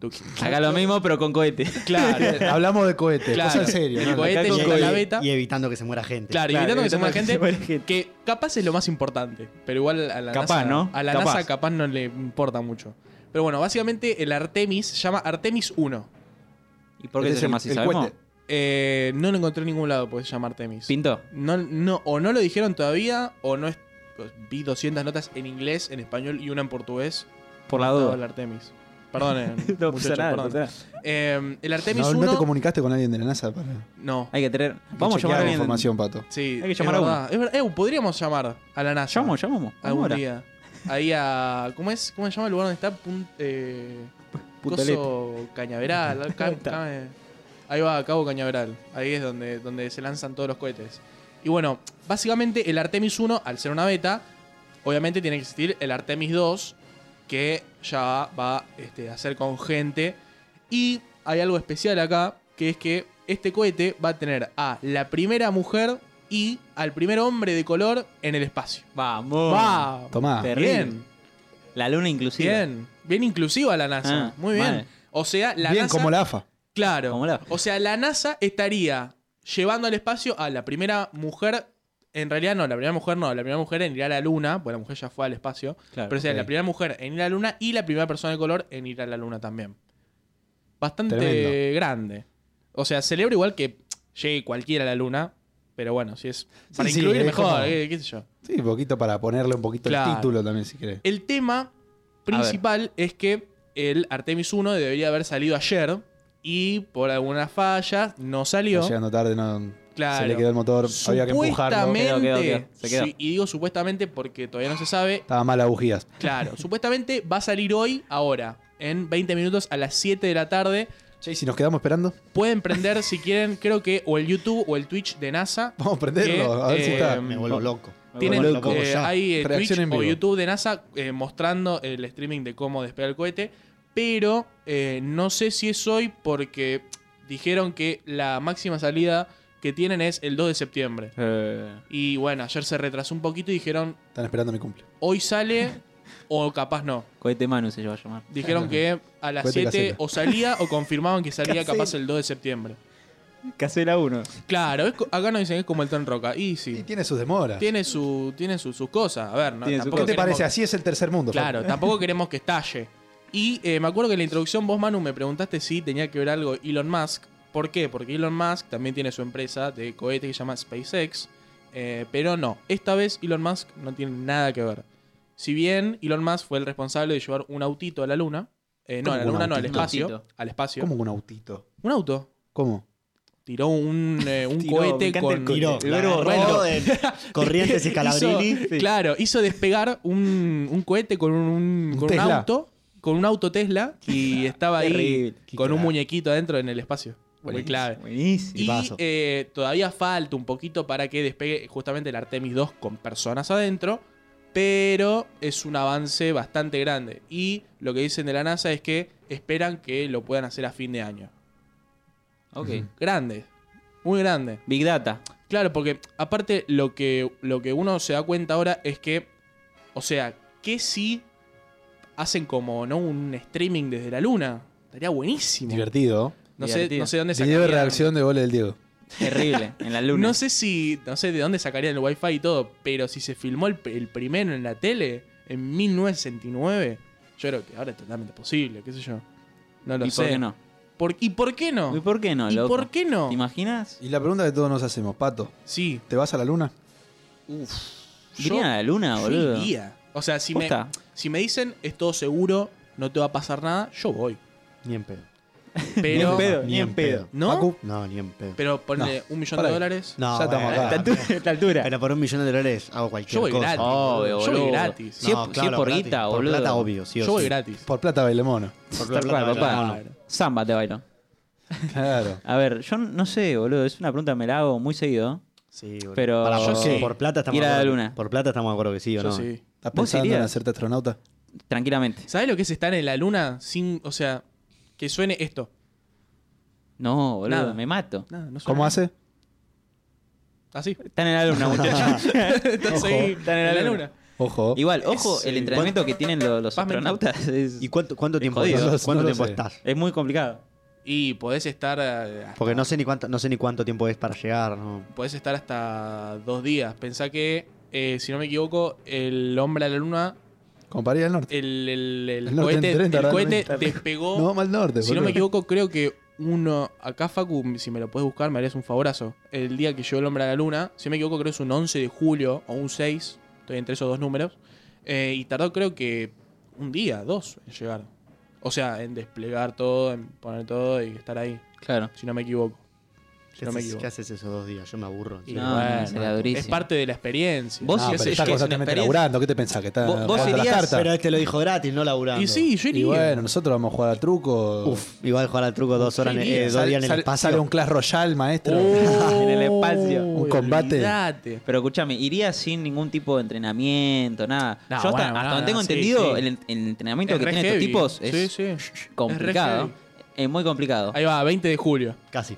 S5: Tuki.
S6: Acá lo mismo, pero con cohete.
S5: Claro.
S3: Hablamos de cohetes,
S5: Claro.
S3: cosa en serio.
S5: El
S3: ¿no?
S5: cohete
S4: Y,
S5: llega a la beta.
S4: y evitando que se muera gente.
S5: Claro,
S6: Claro,
S5: evitando que se muera
S6: evitando que se muera
S5: gente
S6: gente.
S5: que capaz es lo más importante, pero igual a la
S6: Capaz,
S5: NASA,
S6: ¿no?
S5: a la
S6: Capaz.
S5: NASA capaz no le importa mucho. Pero bueno, básicamente el Artemis se llama Artemis 1.
S6: ¿Y por qué
S3: Ese
S6: se
S3: es el-
S6: llama así?
S3: el
S6: ¿Sabemos?
S3: cohete.
S5: Eh, no lo encontré en ningún lado, pues se llama Artemis.
S6: ¿Pinto?
S5: No, no, o no lo dijeron todavía, o no es. pues, Vi 200 notas en inglés, en español y una en portugués.
S6: Por la
S5: Estaba
S6: duda.
S5: el Artemis. Perdón,
S7: No pasa nada, no pasa nada.
S5: Em, el Artemis
S3: No,
S5: 1.
S3: no te comunicaste con alguien de la NASA para
S5: no.
S6: Hay que tener. Vamos a
S3: chequear
S6: llamar a
S3: la
S6: alguien.
S3: información, Pato.
S5: Sí,
S6: Hay que llamar a
S5: es
S6: uno.
S5: verdad. Es verdad. Eh, podríamos llamar a la NASA.
S6: Llamamos, llamamos.
S5: Algún
S6: Ahora.
S5: día. Ahí a. ¿Cómo es? ¿Cómo se llama el lugar donde está? Pun- eh,
S7: Puntalete.
S5: Coso Cañaveral. Ca-
S7: Ahí está.
S5: ca- ahí va, Cabo Cañaveral. Ahí es donde, donde se lanzan todos los cohetes. Y bueno, básicamente el Artemis 1, al ser una beta, obviamente tiene que existir el Artemis 2, que ya va este, a ser con gente. Y hay algo especial acá, que es que este cohete va a tener a la primera mujer y al primer hombre de color en el espacio.
S6: Vamos.
S5: ¡Wow!
S3: Tomá.
S5: Bien,
S6: La luna inclusive.
S5: bien. Bien inclusiva la NASA.
S6: Ah,
S5: Muy bien.
S6: vale.
S5: O sea, la
S3: Bien,
S5: NASA.
S3: como la AFA.
S5: Claro.
S6: Como la-
S5: O sea, la NASA estaría llevando al espacio a la primera mujer. En realidad, no, la primera mujer no. La primera mujer en ir a la luna, porque la mujer ya fue al espacio.
S6: Claro,
S5: pero o sea,
S3: ok.
S5: la primera mujer en ir a la luna y la primera persona de color en ir a la luna también. Bastante
S3: Tremendo.
S5: grande. O sea, celebro igual que llegue cualquiera a la luna. Pero bueno, si es.
S3: Sí,
S5: Para
S3: sí,
S5: incluir
S3: es
S5: mejor,
S3: como-
S5: eh, qué sé yo.
S3: Sí, un poquito para ponerle un poquito
S5: Claro.
S3: el título también, si querés.
S5: El tema principal es que el Artemis 1 debería haber salido ayer y por algunas fallas no salió.
S3: Está Llegando tarde, no,
S5: Claro.
S3: se le quedó el motor, había que empujarlo.
S5: Supuestamente,
S6: Quedó, quedó, quedó. Se quedó.
S5: sí, y digo supuestamente porque todavía no se sabe.
S3: Estaba mal a bujías.
S5: Claro, supuestamente va a salir hoy, ahora, en 20 minutos a las 7 de la tarde.
S3: Che, ¿y si nos quedamos esperando,
S5: Pueden prender, si quieren, creo que o el YouTube o el Twitch de NASA.
S3: vamos a prenderlo,
S5: Que,
S3: a ver si
S5: eh,
S3: está.
S4: Me vuelvo loco.
S5: Tienen,
S4: Bueno, loco,
S5: eh,
S4: ya.
S5: hay eh,
S3: Reacción
S5: Twitch
S3: en
S5: o
S3: vivo.
S5: YouTube de NASA eh, mostrando el streaming de cómo despegar el cohete, pero eh, no sé si es hoy porque dijeron que la máxima salida que tienen es el 2 de septiembre.
S6: Eh,
S5: Y bueno, ayer se retrasó un poquito y dijeron,
S3: Están esperando mi cumple.
S5: hoy sale o capaz no.
S6: cohete Manu se lleva a llamar.
S5: Dijeron que a las
S3: Cohete
S5: 7
S3: casero.
S5: o salía o confirmaban que salía
S6: Casero.
S5: capaz el 2 de septiembre.
S6: Casela 1.
S5: Claro, es co- acá nos dicen que es como el Tren Roca. Y
S3: Y
S5: sí,
S3: tiene sus demoras.
S5: tiene, su, tiene su- sus cosas. A ver, no,
S6: Tiene su
S5: tampoco
S3: ¿Qué te
S5: queremos-
S3: parece? Así es el tercer mundo. Fabio.
S5: Claro, tampoco queremos que estalle. Y eh, me acuerdo que en la introducción vos, Manu, me preguntaste si tenía que ver algo Elon Musk. ¿Por qué? Porque Elon Musk también tiene su empresa de cohete que se llama SpaceX. eh, pero no, esta vez Elon Musk no tiene nada que ver. Si bien Elon Musk fue el responsable de llevar un autito a la luna. eh, no, a la
S3: ¿Cómo un
S5: luna no, al
S6: autito? Un
S5: espacio.
S6: autito.
S5: Al espacio.
S3: ¿Cómo un autito?
S5: Un auto.
S3: ¿Cómo?
S5: Tiró un, eh, un
S6: Tiró, me
S5: cohete
S6: encanta el
S5: con...
S4: Tiró.
S6: El
S4: la
S6: verbo
S4: agarró de Corrientes y Calabrini.
S5: Hizo-
S4: Sí.
S5: Claro, hizo despegar un, un cohete con un, con un
S3: Tesla.
S5: auto, con un auto Tesla, y estaba ahí
S6: Terrible.
S5: con un
S3: crack.
S5: muñequito adentro en el espacio. Muy clave.
S6: Buenísimo.
S5: Y
S4: Tipazo.
S5: eh, todavía falta un poquito para que despegue justamente el Artemis 2 con personas adentro, pero es un avance bastante grande. Y lo que dicen de la NASA es que esperan que lo puedan hacer a fin de año.
S6: Ok.
S5: Grande, muy grande.
S6: Big Data.
S5: Claro, porque aparte lo que, lo que uno se da cuenta ahora es que, o sea, que si hacen como no un streaming desde la luna, estaría buenísimo.
S3: Divertido.
S5: No sé,
S6: Divertido.
S5: no sé dónde
S3: Video de
S5: sacarían-
S3: reacción de goles del Diego.
S6: Terrible. En la luna.
S5: No sé si, no sé de dónde sacarían el wifi y todo, pero si se filmó el, el primero en la tele en 1969, yo creo que ahora es totalmente posible, qué sé yo. No lo
S6: ¿Y
S5: sé.
S6: por qué no?
S5: Por- ¿Y por qué no?
S6: ¿Y por qué no,
S5: ¿Y
S6: loco?
S5: por qué no?
S6: ¿Te imaginas?
S3: Y la pregunta que todos nos hacemos, Pato,
S5: Sí.
S3: ¿te vas a la luna?
S6: ¿Irían a la luna,
S5: yo
S6: Ah, boludo?
S5: iría. O sea, si me,
S6: Posta.
S5: Si me dicen, es todo seguro, no te va a pasar nada, yo voy.
S4: Ni en pedo.
S5: Pero,
S4: Ni en pedo.
S5: ¿no?
S3: Facu,
S4: No, ni en pedo.
S5: Pero ponle un millón de
S3: pará.
S5: dólares.
S4: No,
S3: ya estamos
S4: bueno,
S3: acá.
S6: La altura.
S4: Pero por un millón de dólares hago
S5: Yo
S4: cualquier
S5: voy
S4: cosa.
S5: gratis.
S6: Obvio,
S5: yo voy
S6: boludo.
S5: gratis.
S6: Si es- si es por
S4: gratis.
S6: guita,
S4: Por
S6: boludo.
S4: plata, obvio, sí o
S5: yo voy
S4: sí.
S5: gratis.
S3: Por plata baile mono.
S4: Por
S6: Tal cual,
S4: plata,
S6: papá.
S4: claro.
S6: Samba te bailo.
S3: Claro.
S6: A ver, yo no sé, boludo. Es una pregunta que me la hago muy seguido.
S4: Sí, boludo.
S6: Pero-
S4: Pará,
S6: Yo
S4: por,
S5: sí.
S4: por plata estamos
S6: Ir a la
S4: de acuerdo.
S6: luna.
S4: Por plata estamos de acuerdo que sí o
S5: Yo
S4: no.
S5: sí.
S3: ¿Estás
S6: ¿Vos
S3: pensando
S6: irías?
S3: en hacerte astronauta?
S6: Tranquilamente.
S5: ¿Sabes lo que es estar en la luna sin. O sea, que suene esto?
S6: No, boludo,
S5: Nada.
S6: me mato.
S5: Nada, no suena.
S3: ¿Cómo hace?
S5: Así.
S6: Están en la luna, muchachos.
S5: Entonces, ahí, en
S6: en la
S5: la,
S6: luna.
S5: luna.
S3: Ojo.
S6: Igual, ojo, el entrenamiento que tienen lo- los,
S5: Paz mental.
S6: astronautas es,
S4: ¿Y cuánto, cuánto
S6: Es
S4: tiempo,
S6: jodido.
S4: cuánto-
S3: No lo-
S4: cuánto
S3: no lo
S4: tiempo
S3: sé.
S4: estás?
S6: es muy complicado.
S5: Y podés estar. eh,
S4: Porque no sé ni cuánto, no sé ni cuánto tiempo es para llegar, ¿no?
S5: Podés estar hasta dos días. Pensá que, eh, si no me equivoco, el hombre a la luna
S3: Con París del Norte.
S5: El, el- el
S3: El norte
S5: cohete,
S3: en 30,
S5: el cohete
S3: realmente.
S5: despegó.
S3: No, mal norte,
S5: si no me
S3: boludo.
S5: equivoco, creo que uno. Acá, Facu, si me lo puedes buscar, me harías un favorazo. El día que llegó el hombre a la luna, si no me equivoco, creo que es un 11 de julio o un 6. Estoy entre esos dos números. eh, y tardó, creo que un día, dos en llegar. O sea, en desplegar todo, en poner todo y estar ahí.
S6: Claro.
S5: Si no me equivoco. Si
S4: ¿Qué,
S5: no me
S4: haces,
S5: equivoco.
S4: qué haces esos dos días? Yo me aburro.
S5: Y
S6: No,
S4: Sí.
S5: bueno,
S6: sería durísimo.
S5: Es parte de la experiencia.
S6: Vos
S3: no,
S6: si
S3: Ah, pero está
S6: haces- que es una
S3: constantemente
S6: experiencia.
S3: laburando. ¿Qué te pensás? ¿Que está
S6: Vos- vos
S3: jugando a las
S6: irías,
S3: cartas?
S4: Pero este lo dijo gratis, no laburando.
S5: Y sí, yo
S3: Y
S5: iría.
S3: bueno, nosotros vamos a jugar al truco.
S4: Uf, igual jugar al truco dos horas en,
S5: Sí,
S4: eh, dos
S3: Sale-
S4: días en el
S3: sale-
S4: espacio. Uh.
S3: sale un Clash Royale, maestro.
S7: En el espacio.
S3: Un combate.
S5: olvidate.
S6: Pero escúchame, iría sin ningún tipo de entrenamiento, nada.
S5: No,
S6: Yo hasta,
S5: bueno,
S6: hasta
S5: no,
S6: donde
S5: no,
S6: tengo
S5: sí,
S6: entendido,
S5: sí.
S6: El, en- el entrenamiento
S5: Es
S6: que
S5: re
S6: tienen
S5: heavy.
S6: estos tipos es
S5: Sí, sí.
S6: complicado.
S5: Es re
S6: es muy complicado.
S5: Ahí va, 20 de julio.
S4: Casi.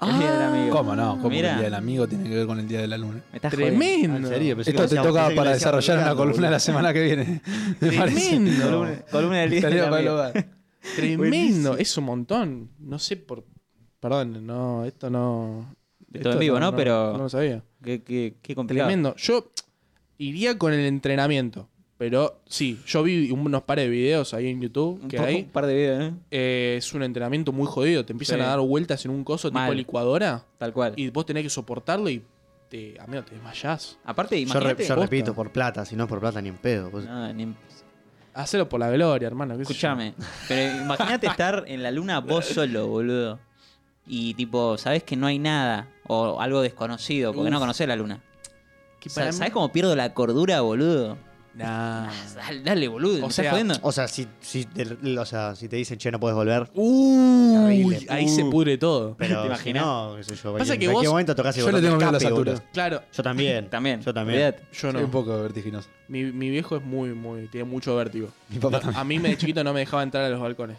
S6: El día del amigo.
S3: ¿Cómo no? ¿Cómo que
S6: Mira.
S3: el Día del Amigo tiene que ver con el Día de la Luna?
S6: Ah, Me estás jodiendo.
S4: En
S5: Tremendo.
S4: serio, pensé que
S3: Esto
S4: lo
S3: te
S4: decía-
S3: toca
S4: pensé que
S3: para
S4: lo decía
S3: desarrollar una
S4: laburando,
S3: columna
S4: boludo.
S3: la semana que viene. Me parece.
S5: Tremendo.
S6: Columna, columna del día
S3: Estaría
S6: del
S3: para el
S6: amigo.
S3: hogar.
S5: Tremendo. Es un montón. No sé por. Perdón, no, esto no.
S6: Todo en vivo, ¿no? Pero-
S5: No lo sabía.
S6: Qué, qué- qué complicado.
S5: Tremendo. Yo iría con el entrenamiento. Pero sí, yo vi unos pares de videos ahí en YouTube
S6: Un,
S5: que
S6: poco-
S5: hay.
S6: un par de videos, ¿eh?
S5: Eh, es un entrenamiento muy jodido. Te empiezan
S6: Sí.
S5: a dar vueltas en un coso tipo
S6: Mal.
S5: licuadora
S6: Tal cual.
S5: y vos tenés que soportarlo y te, amigo, te desmayás.
S6: Aparte,
S4: Yo, re-
S6: imagínate.
S4: yo repito, por plata, si no es por plata ni en pedo. Pues,
S6: No, ni-
S5: Hacelo por la gloria, hermano. qué sé yo.
S6: Escúchame. Pero imagínate estar en la luna vos solo, boludo. Y tipo, sabes que no hay nada. O algo desconocido, porque no
S5: Uf.
S6: conocés la luna.
S5: Que para
S6: ¿Sabes
S5: mí-
S6: cómo pierdo la cordura, boludo?
S5: Nah.
S6: Dale, dale, boludo.
S5: O
S6: ¿me
S5: sea,
S6: estás jodiendo?
S4: O sea, si, si, te, o sea, si te dicen, che, no puedes volver.
S5: Uy,
S4: Terrible.
S5: ahí se
S4: Uh.
S5: pudre todo.
S4: Pero
S6: ¿Te
S4: si
S6: imaginas?
S4: no, qué sé yo.
S5: Pasa
S4: en
S5: que
S4: cualquier
S5: vos-
S4: momento tocas el
S3: Yo le
S4: botón de
S3: tengo miedo a las
S4: escape, boludo.
S3: alturas.
S5: Claro,
S4: Yo también.
S6: También.
S4: Yo también.
S6: olvidate.
S5: yo
S3: Soy un
S5: no.
S3: poco vertiginoso.
S5: Mi, mi viejo es muy, muy. Tiene mucho vértigo.
S3: Mi papá
S5: A mí me de chiquito no me dejaba entrar a los balcones.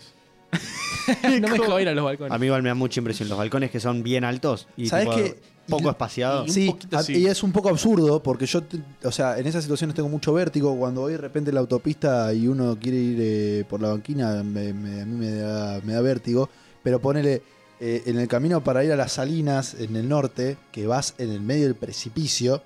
S5: no me dejaba ir a los
S4: A
S5: balcones.
S4: mí igual me da mucha impresión los balcones que son bien altos y
S3: ¿Sabés
S4: tipo,
S3: qué?
S4: poco espaciados.
S5: un
S3: Sí,
S5: poquito
S3: a-
S5: sí.
S3: y es un poco absurdo porque yo, te- o sea, en esas situaciones tengo mucho vértigo. Cuando voy de repente en la autopista y uno quiere ir eh, por la banquina, me- me- a mí me da, me da vértigo. Pero ponele eh, en el camino para ir a las salinas en el norte, que vas en el medio del precipicio,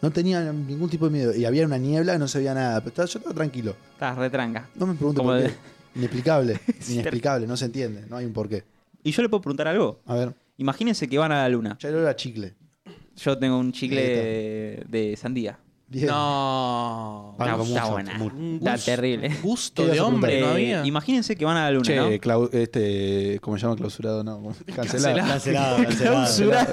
S3: no tenía ningún tipo de miedo. Y había una niebla, no se veía nada. Pero estaba- yo estaba tranquilo.
S6: Estás retranca.
S3: No me pregunto
S6: Como
S3: por
S6: de-
S3: qué. Inexplicable,
S6: cierto.
S3: inexplicable, no se entiende, no hay un porqué.
S6: Y yo le puedo preguntar algo.
S3: A ver,
S6: Imagínense que van a la luna.
S3: ya era chicle.
S6: Yo tengo un chicle
S3: Ahí
S6: de, de sandía.
S3: Bien.
S5: No.
S4: Bueno,
S6: Está-
S4: como
S6: está
S4: mucho,
S6: buena.
S4: mucho.
S5: Un
S6: Está terrible.
S5: Gusto
S3: ¿Qué ibas
S5: de
S3: a
S5: hombre, ¿no
S6: Eh,
S5: había?
S6: Imagínense que van a la luna,
S3: Che,
S6: ¿no?
S3: clau- este, ¿cómo se llama? Clausurado, no. Cancelado.
S4: Cancelado, cancelado.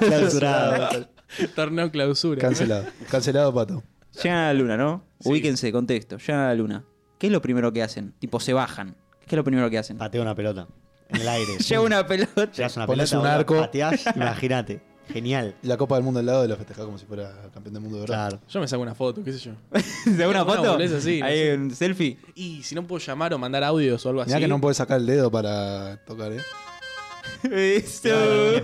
S6: Clausurado.
S4: Clausurado.
S5: Torneo clausura.
S3: Cancelado. Cancelado, pato.
S6: Llegan a la luna, ¿no? Ubíquense, contexto. Llegan a la luna. ¿Qué es lo primero que hacen? Tipo, se bajan. ¿Qué es lo primero que hacen?
S4: Pateo una pelota. En el aire.
S6: Lleva una pelota.
S4: Llegas a una
S3: Pones
S4: pelota,
S3: un
S4: boludo,
S3: arco.
S4: Pateás, imagínate. Genial.
S3: Y la Copa del Mundo al lado y lo festejás como si fuera campeón del mundo de verdad.
S4: Claro.
S5: Yo me saco una foto, qué sé yo.
S6: ¿Se una
S5: Una
S6: foto?
S5: boludez así, no
S6: Ahí
S5: sé.
S6: un selfie.
S5: Y si no puedo llamar o mandar audios o algo
S3: Mirá
S5: así.
S3: que no podés sacar el dedo para tocar, ¿eh?
S4: Le
S6: Eso.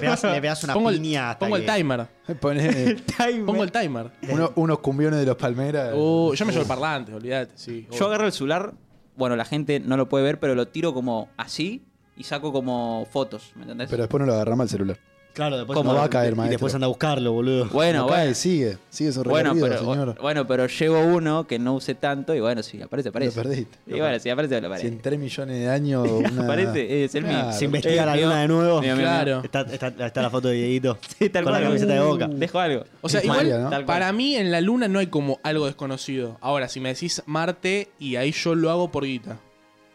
S4: pegás, le pegás una
S5: pongo el,
S4: piña hasta
S5: pongo el
S4: que-
S5: timer.
S3: Ponés
S5: Pongo el timer.
S3: uno- unos cumbiones de los Palmeras.
S5: Uh, yo me llevo el parlante, olvídate. Sí,
S6: Yo
S5: Oh.
S6: agarro el celular. Bueno, la gente no lo puede ver, pero lo tiro como así y saco como fotos. ¿Me entendés?
S3: Pero después no lo agarrás mal el celular.
S4: Claro, después
S6: ¿Cómo
S4: anda-
S3: va a caer,
S4: Y después
S3: maestro?
S4: anda a buscarlo, boludo.
S6: bueno,
S3: No
S6: bueno.
S3: cae, sigue. Sigue su
S6: Bueno
S3: recorrido,
S6: pero,
S3: señor.
S6: bueno, pero llevo uno que no usé tanto y bueno, si
S3: lo
S6: aparece, aparece.
S3: perdiste.
S6: Y bueno, si aparece,
S3: Si
S6: lo
S3: en
S6: aparece.
S3: 3 millones de años. Una...
S6: Aparece, es el mío.
S3: Claro.
S4: Se investiga
S6: Eh,
S4: la
S6: mío.
S4: luna de nuevo.
S6: Mío, mío,
S5: Claro. mío.
S4: Está, está, está la foto de Dieguito.
S6: Sí, tal
S4: Con la
S6: cual. Uh.
S4: camiseta de Boca.
S6: Dejo algo.
S5: Mm. O sea,
S3: Es
S5: igual,
S3: María, ¿no?
S6: Tal cual.
S5: para mí en la luna no hay como algo desconocido. Ahora, si me decís Marte y ahí yo lo hago por guita.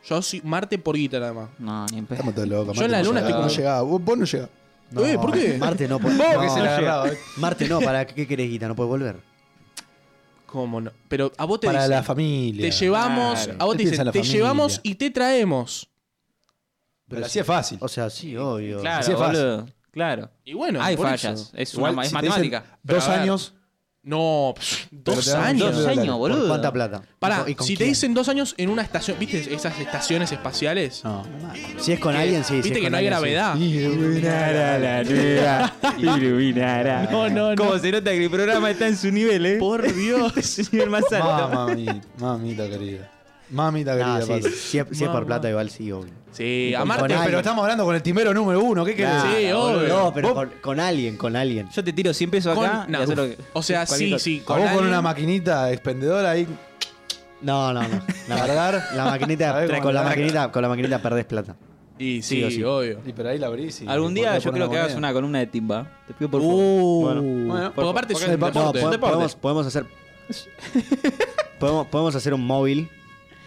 S5: Yo soy Marte por guita nada más.
S6: No, ni en pedo.
S3: Estamos todos locos.
S5: Yo en la
S3: Marte,
S5: luna
S3: no
S5: estoy
S3: llegaba.
S5: como-
S3: No llegaba. Vos- Vos no llegás.
S5: Eh, ¿Por qué?
S4: Marte no puede.
S3: Vos que se
S4: no,
S3: la agarraba. eh.
S4: Marte no, ¿para qué querés guita? No puedes volver.
S5: ¿Cómo no? Pero a vos te
S3: Para
S5: dicen,
S3: la familia.
S5: te llevamos,
S6: Claro.
S5: a vos te
S3: Él piensa en
S5: dicen,
S3: la
S5: te
S3: familia.
S5: llevamos y te traemos.
S3: Pero así es fácil.
S4: O sea, sí, obvio.
S6: Claro,
S3: Así es fácil.
S6: boludo. Claro.
S5: Y bueno,
S6: Hay
S5: por
S6: fallas.
S5: eso.
S6: Es,
S3: Igual,
S6: una, es
S3: si te dicen
S6: matemática.
S5: Pero
S3: Dos
S5: a ver.
S3: años.
S5: No, pff,
S3: Pero
S5: dos
S3: te dan
S5: años.
S6: Dos
S3: dólares.
S6: años,
S4: ¿Por
S6: boludo.
S4: ¿Cuánta plata?
S5: Pará,
S4: ¿Y con
S5: si te
S4: quién?
S5: dicen dos años en una estación, ¿viste esas estaciones espaciales?
S3: No.
S4: Si es con alguien, sí.
S5: Viste
S4: si es
S5: que
S4: con
S5: no hay
S4: alguien, sí.
S3: Ah,
S5: gravedad.
S3: Iluminará la
S6: luna. Iluminará.
S5: No, no, no.
S6: Como se nota que el programa está en su nivel, ¿eh?
S5: Por Dios.
S6: Es su nivel más alto.
S3: Mamita, mamita querida. Mamita
S4: No,
S3: querida,
S4: Ah, sí, Ah.
S3: Pato.
S4: sí, si es, si es por plata, igual sí, obvio.
S5: Sí,
S4: Y
S5: a
S4: con-
S5: Marte,
S4: con
S5: pero
S4: alguien.
S3: Pero estamos hablando con el timero número uno. ¿Qué querés?
S5: Claro. Sí,
S4: Ah, boludo.
S5: obvio.
S4: No, pero con, con alguien, con alguien.
S6: Yo te tiro 100 pesos
S5: con-
S6: acá. y
S5: no,
S6: hacé lo
S5: uf.
S6: que-
S5: O sea,
S6: cualquier
S5: sí,
S3: A vos
S5: sí.
S6: cosa.
S3: con
S5: alguien-
S3: una maquinita expendedora ahí.
S4: No, no, no. La,
S3: ¿Cargar?
S4: la maquinita,
S3: ¿Sabés cómo
S4: con, la
S3: cargar?
S4: maquinita con la maquinita perdés plata.
S5: Y sí,
S4: Sí o sí.
S5: obvio.
S3: Y pero ahí la abrís y
S6: Algún
S3: le
S6: día
S3: podés
S6: yo
S3: poner
S6: creo que hagas
S3: moneda.
S6: una columna de timba. Te pido por favor.
S5: Uh,
S4: Bueno.
S5: bueno, porque aparte es
S3: Porque
S5: un
S3: es deporte.
S5: deporte.
S4: No, po-
S5: es un deporte.
S4: podemos, podemos hacer. podemos, podemos hacer un móvil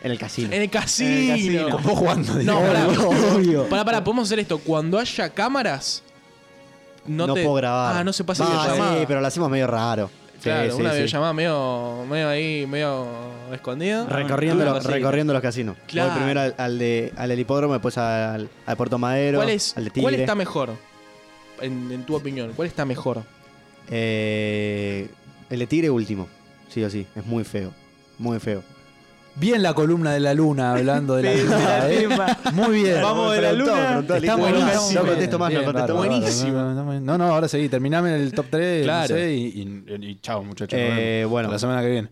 S4: en el casino.
S5: En el casino.
S3: Vos jugando,
S5: No,
S3: digamos.
S5: pará.
S4: Obvio.
S5: Pará, pará, podemos hacer esto. Cuando haya cámaras, no,
S4: No,
S5: te.
S4: puedo grabar.
S5: Ah, no se pasa
S4: no,
S5: videollamada.
S4: sí, pero lo hacemos medio raro. Sí,
S5: Claro,
S4: sí,
S5: una
S4: sí.
S5: videollamada medio, medio ahí, medio escondida.
S4: Recorriendo,
S5: Una
S4: los,
S5: cosita.
S4: recorriendo los casinos.
S5: Claro.
S4: Voy primero al, al de, al del hipódromo, después al, al Puerto Madero,
S5: ¿Cuál, es,
S4: al de Tigre.
S5: ¿Cuál está mejor? En, en tu opinión, ¿cuál está mejor?
S4: Eh, el de Tigre último. Sí o sí. Es muy feo. Muy feo.
S3: Bien la columna de la luna hablando de la luna. ¿eh? Muy bien.
S4: Vamos de la
S3: Preguntó,
S4: luna.
S3: preguntó,
S4: Está
S3: listo.
S4: buenísimo.
S3: Estamos
S4: No
S3: bien,
S4: contesto más, no
S3: bien,
S4: contesto
S3: bárbaro,
S4: más.
S3: bárbaro, bárbaro, bárbaro. No, no, ahora seguí. Terminame en el top 3.
S5: Claro.
S3: y, y- y chao, muchachos.
S4: Eh,
S3: nos vemos.
S4: bueno.
S3: La semana que viene.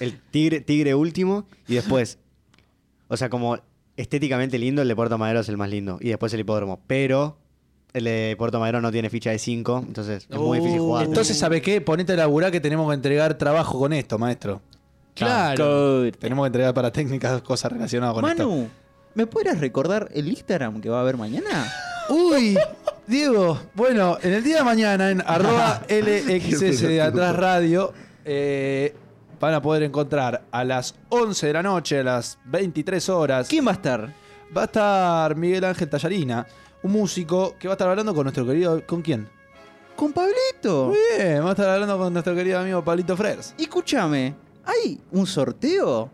S4: El tigre, tigre último y después. O sea, como estéticamente lindo, el de Puerto Madero es el más lindo. Y después el hipódromo. Pero el de Puerto Madero no tiene ficha de 5, entonces es muy
S5: Uh,
S4: difícil jugar.
S3: Entonces, ¿sabe qué? Ponete a laburar que tenemos que entregar trabajo con esto, maestro.
S5: Claro.
S3: Tenemos que entregar para técnicas cosas relacionadas con esto.
S6: Manu, ¿me podrías recordar el Instagram que va a haber mañana?
S3: Uy, Diego. Bueno, en el día de mañana en arroba LXS de Atrás Radio eh, van a poder encontrar a las 11 de la noche, a las 23 horas.
S6: ¿Quién va a estar?
S3: Va a estar Miguel Ángel Tallarina, un músico que va a estar hablando con nuestro querido... ¿Con quién?
S6: Con Pablito.
S3: Muy bien, va a estar hablando con nuestro querido amigo Pablito Frers.
S6: Y Escúchame, ¿hay un sorteo?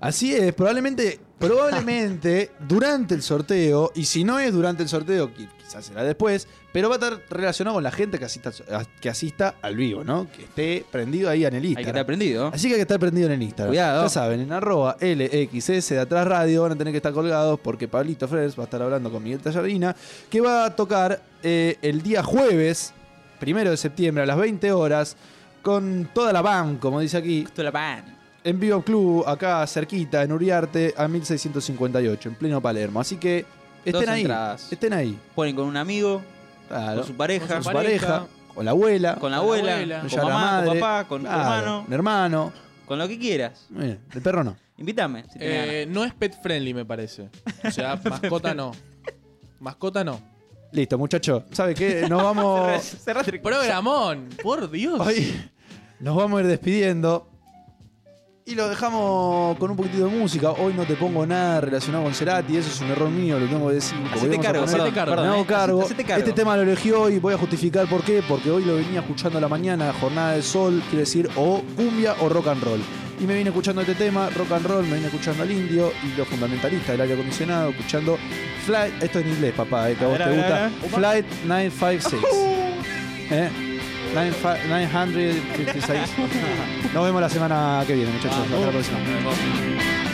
S3: Así es, probablemente, probablemente durante el sorteo, y si no es durante el sorteo, qui- quizás será después, pero va a estar relacionado con la gente que asista, al so- a- que asista al vivo, ¿no? Que esté prendido ahí en el
S6: Hay que
S3: Instagram.
S6: estar aprendido.
S3: Así que hay que estar prendido en el Instagram.
S6: Cuidado.
S3: Ya saben, en arroba LXS de atrás radio van a tener que estar colgados porque Pablito Frers va a estar hablando con Miguel Tallarina, que va a tocar eh, el día jueves, primero de septiembre, a las 20 horas, con toda la BAM, como dice aquí.
S6: Esto la pan.
S3: En Vivo Club, acá cerquita, en Uriarte, a 1658, en pleno Palermo. Así que estén
S6: Dos
S3: ahí.
S6: entradas.
S3: Estén ahí.
S6: Ponen con un amigo,
S3: Claro.
S6: con su pareja,
S3: Con
S6: con,
S3: su pareja, con la abuela,
S6: la
S5: con la
S6: abuela,
S5: abuela,
S6: con
S3: ya la
S6: mamá, con
S3: madre.
S6: papá, con
S3: Claro,
S6: tu hermano,
S3: un hermano.
S6: con lo que quieras.
S3: Mira, el perro no.
S6: Invítame. Si tenés ganas.
S5: Eh, no es pet friendly, me parece. O sea, mascota no. Mascota no.
S3: Listo, muchacho. ¿Sabe qué? Nos vamos.
S5: Programón, por Dios.
S3: hoy nos vamos a ir despidiendo. Y lo dejamos con un poquitito de música. Hoy no te pongo nada relacionado con Cerati. Eso es un error mío, lo tengo que decir. porque
S6: Hacete
S3: íbamos a
S6: cargo,
S3: poner-
S6: perdón,
S5: cargo.
S6: perdón,
S3: Me hago
S6: eh.
S3: cargo.
S6: Hacete cargo.
S3: Este tema lo elegí hoy, voy a justificar por qué, porque hoy lo venía escuchando a la mañana, jornada de sol, quiere decir o cumbia o rock and roll. Y me vine escuchando este tema, rock and roll, me vine escuchando al indio y los fundamentalistas del aire acondicionado, escuchando Flight, esto en inglés, papá, eh, que a vos
S7: ver, a
S3: te
S7: ver,
S3: gusta,
S7: a
S3: Flight 956. ¿Eh?
S7: Ah,
S3: 956. Nos vemos la semana que viene, muchachos. Hasta la próxima.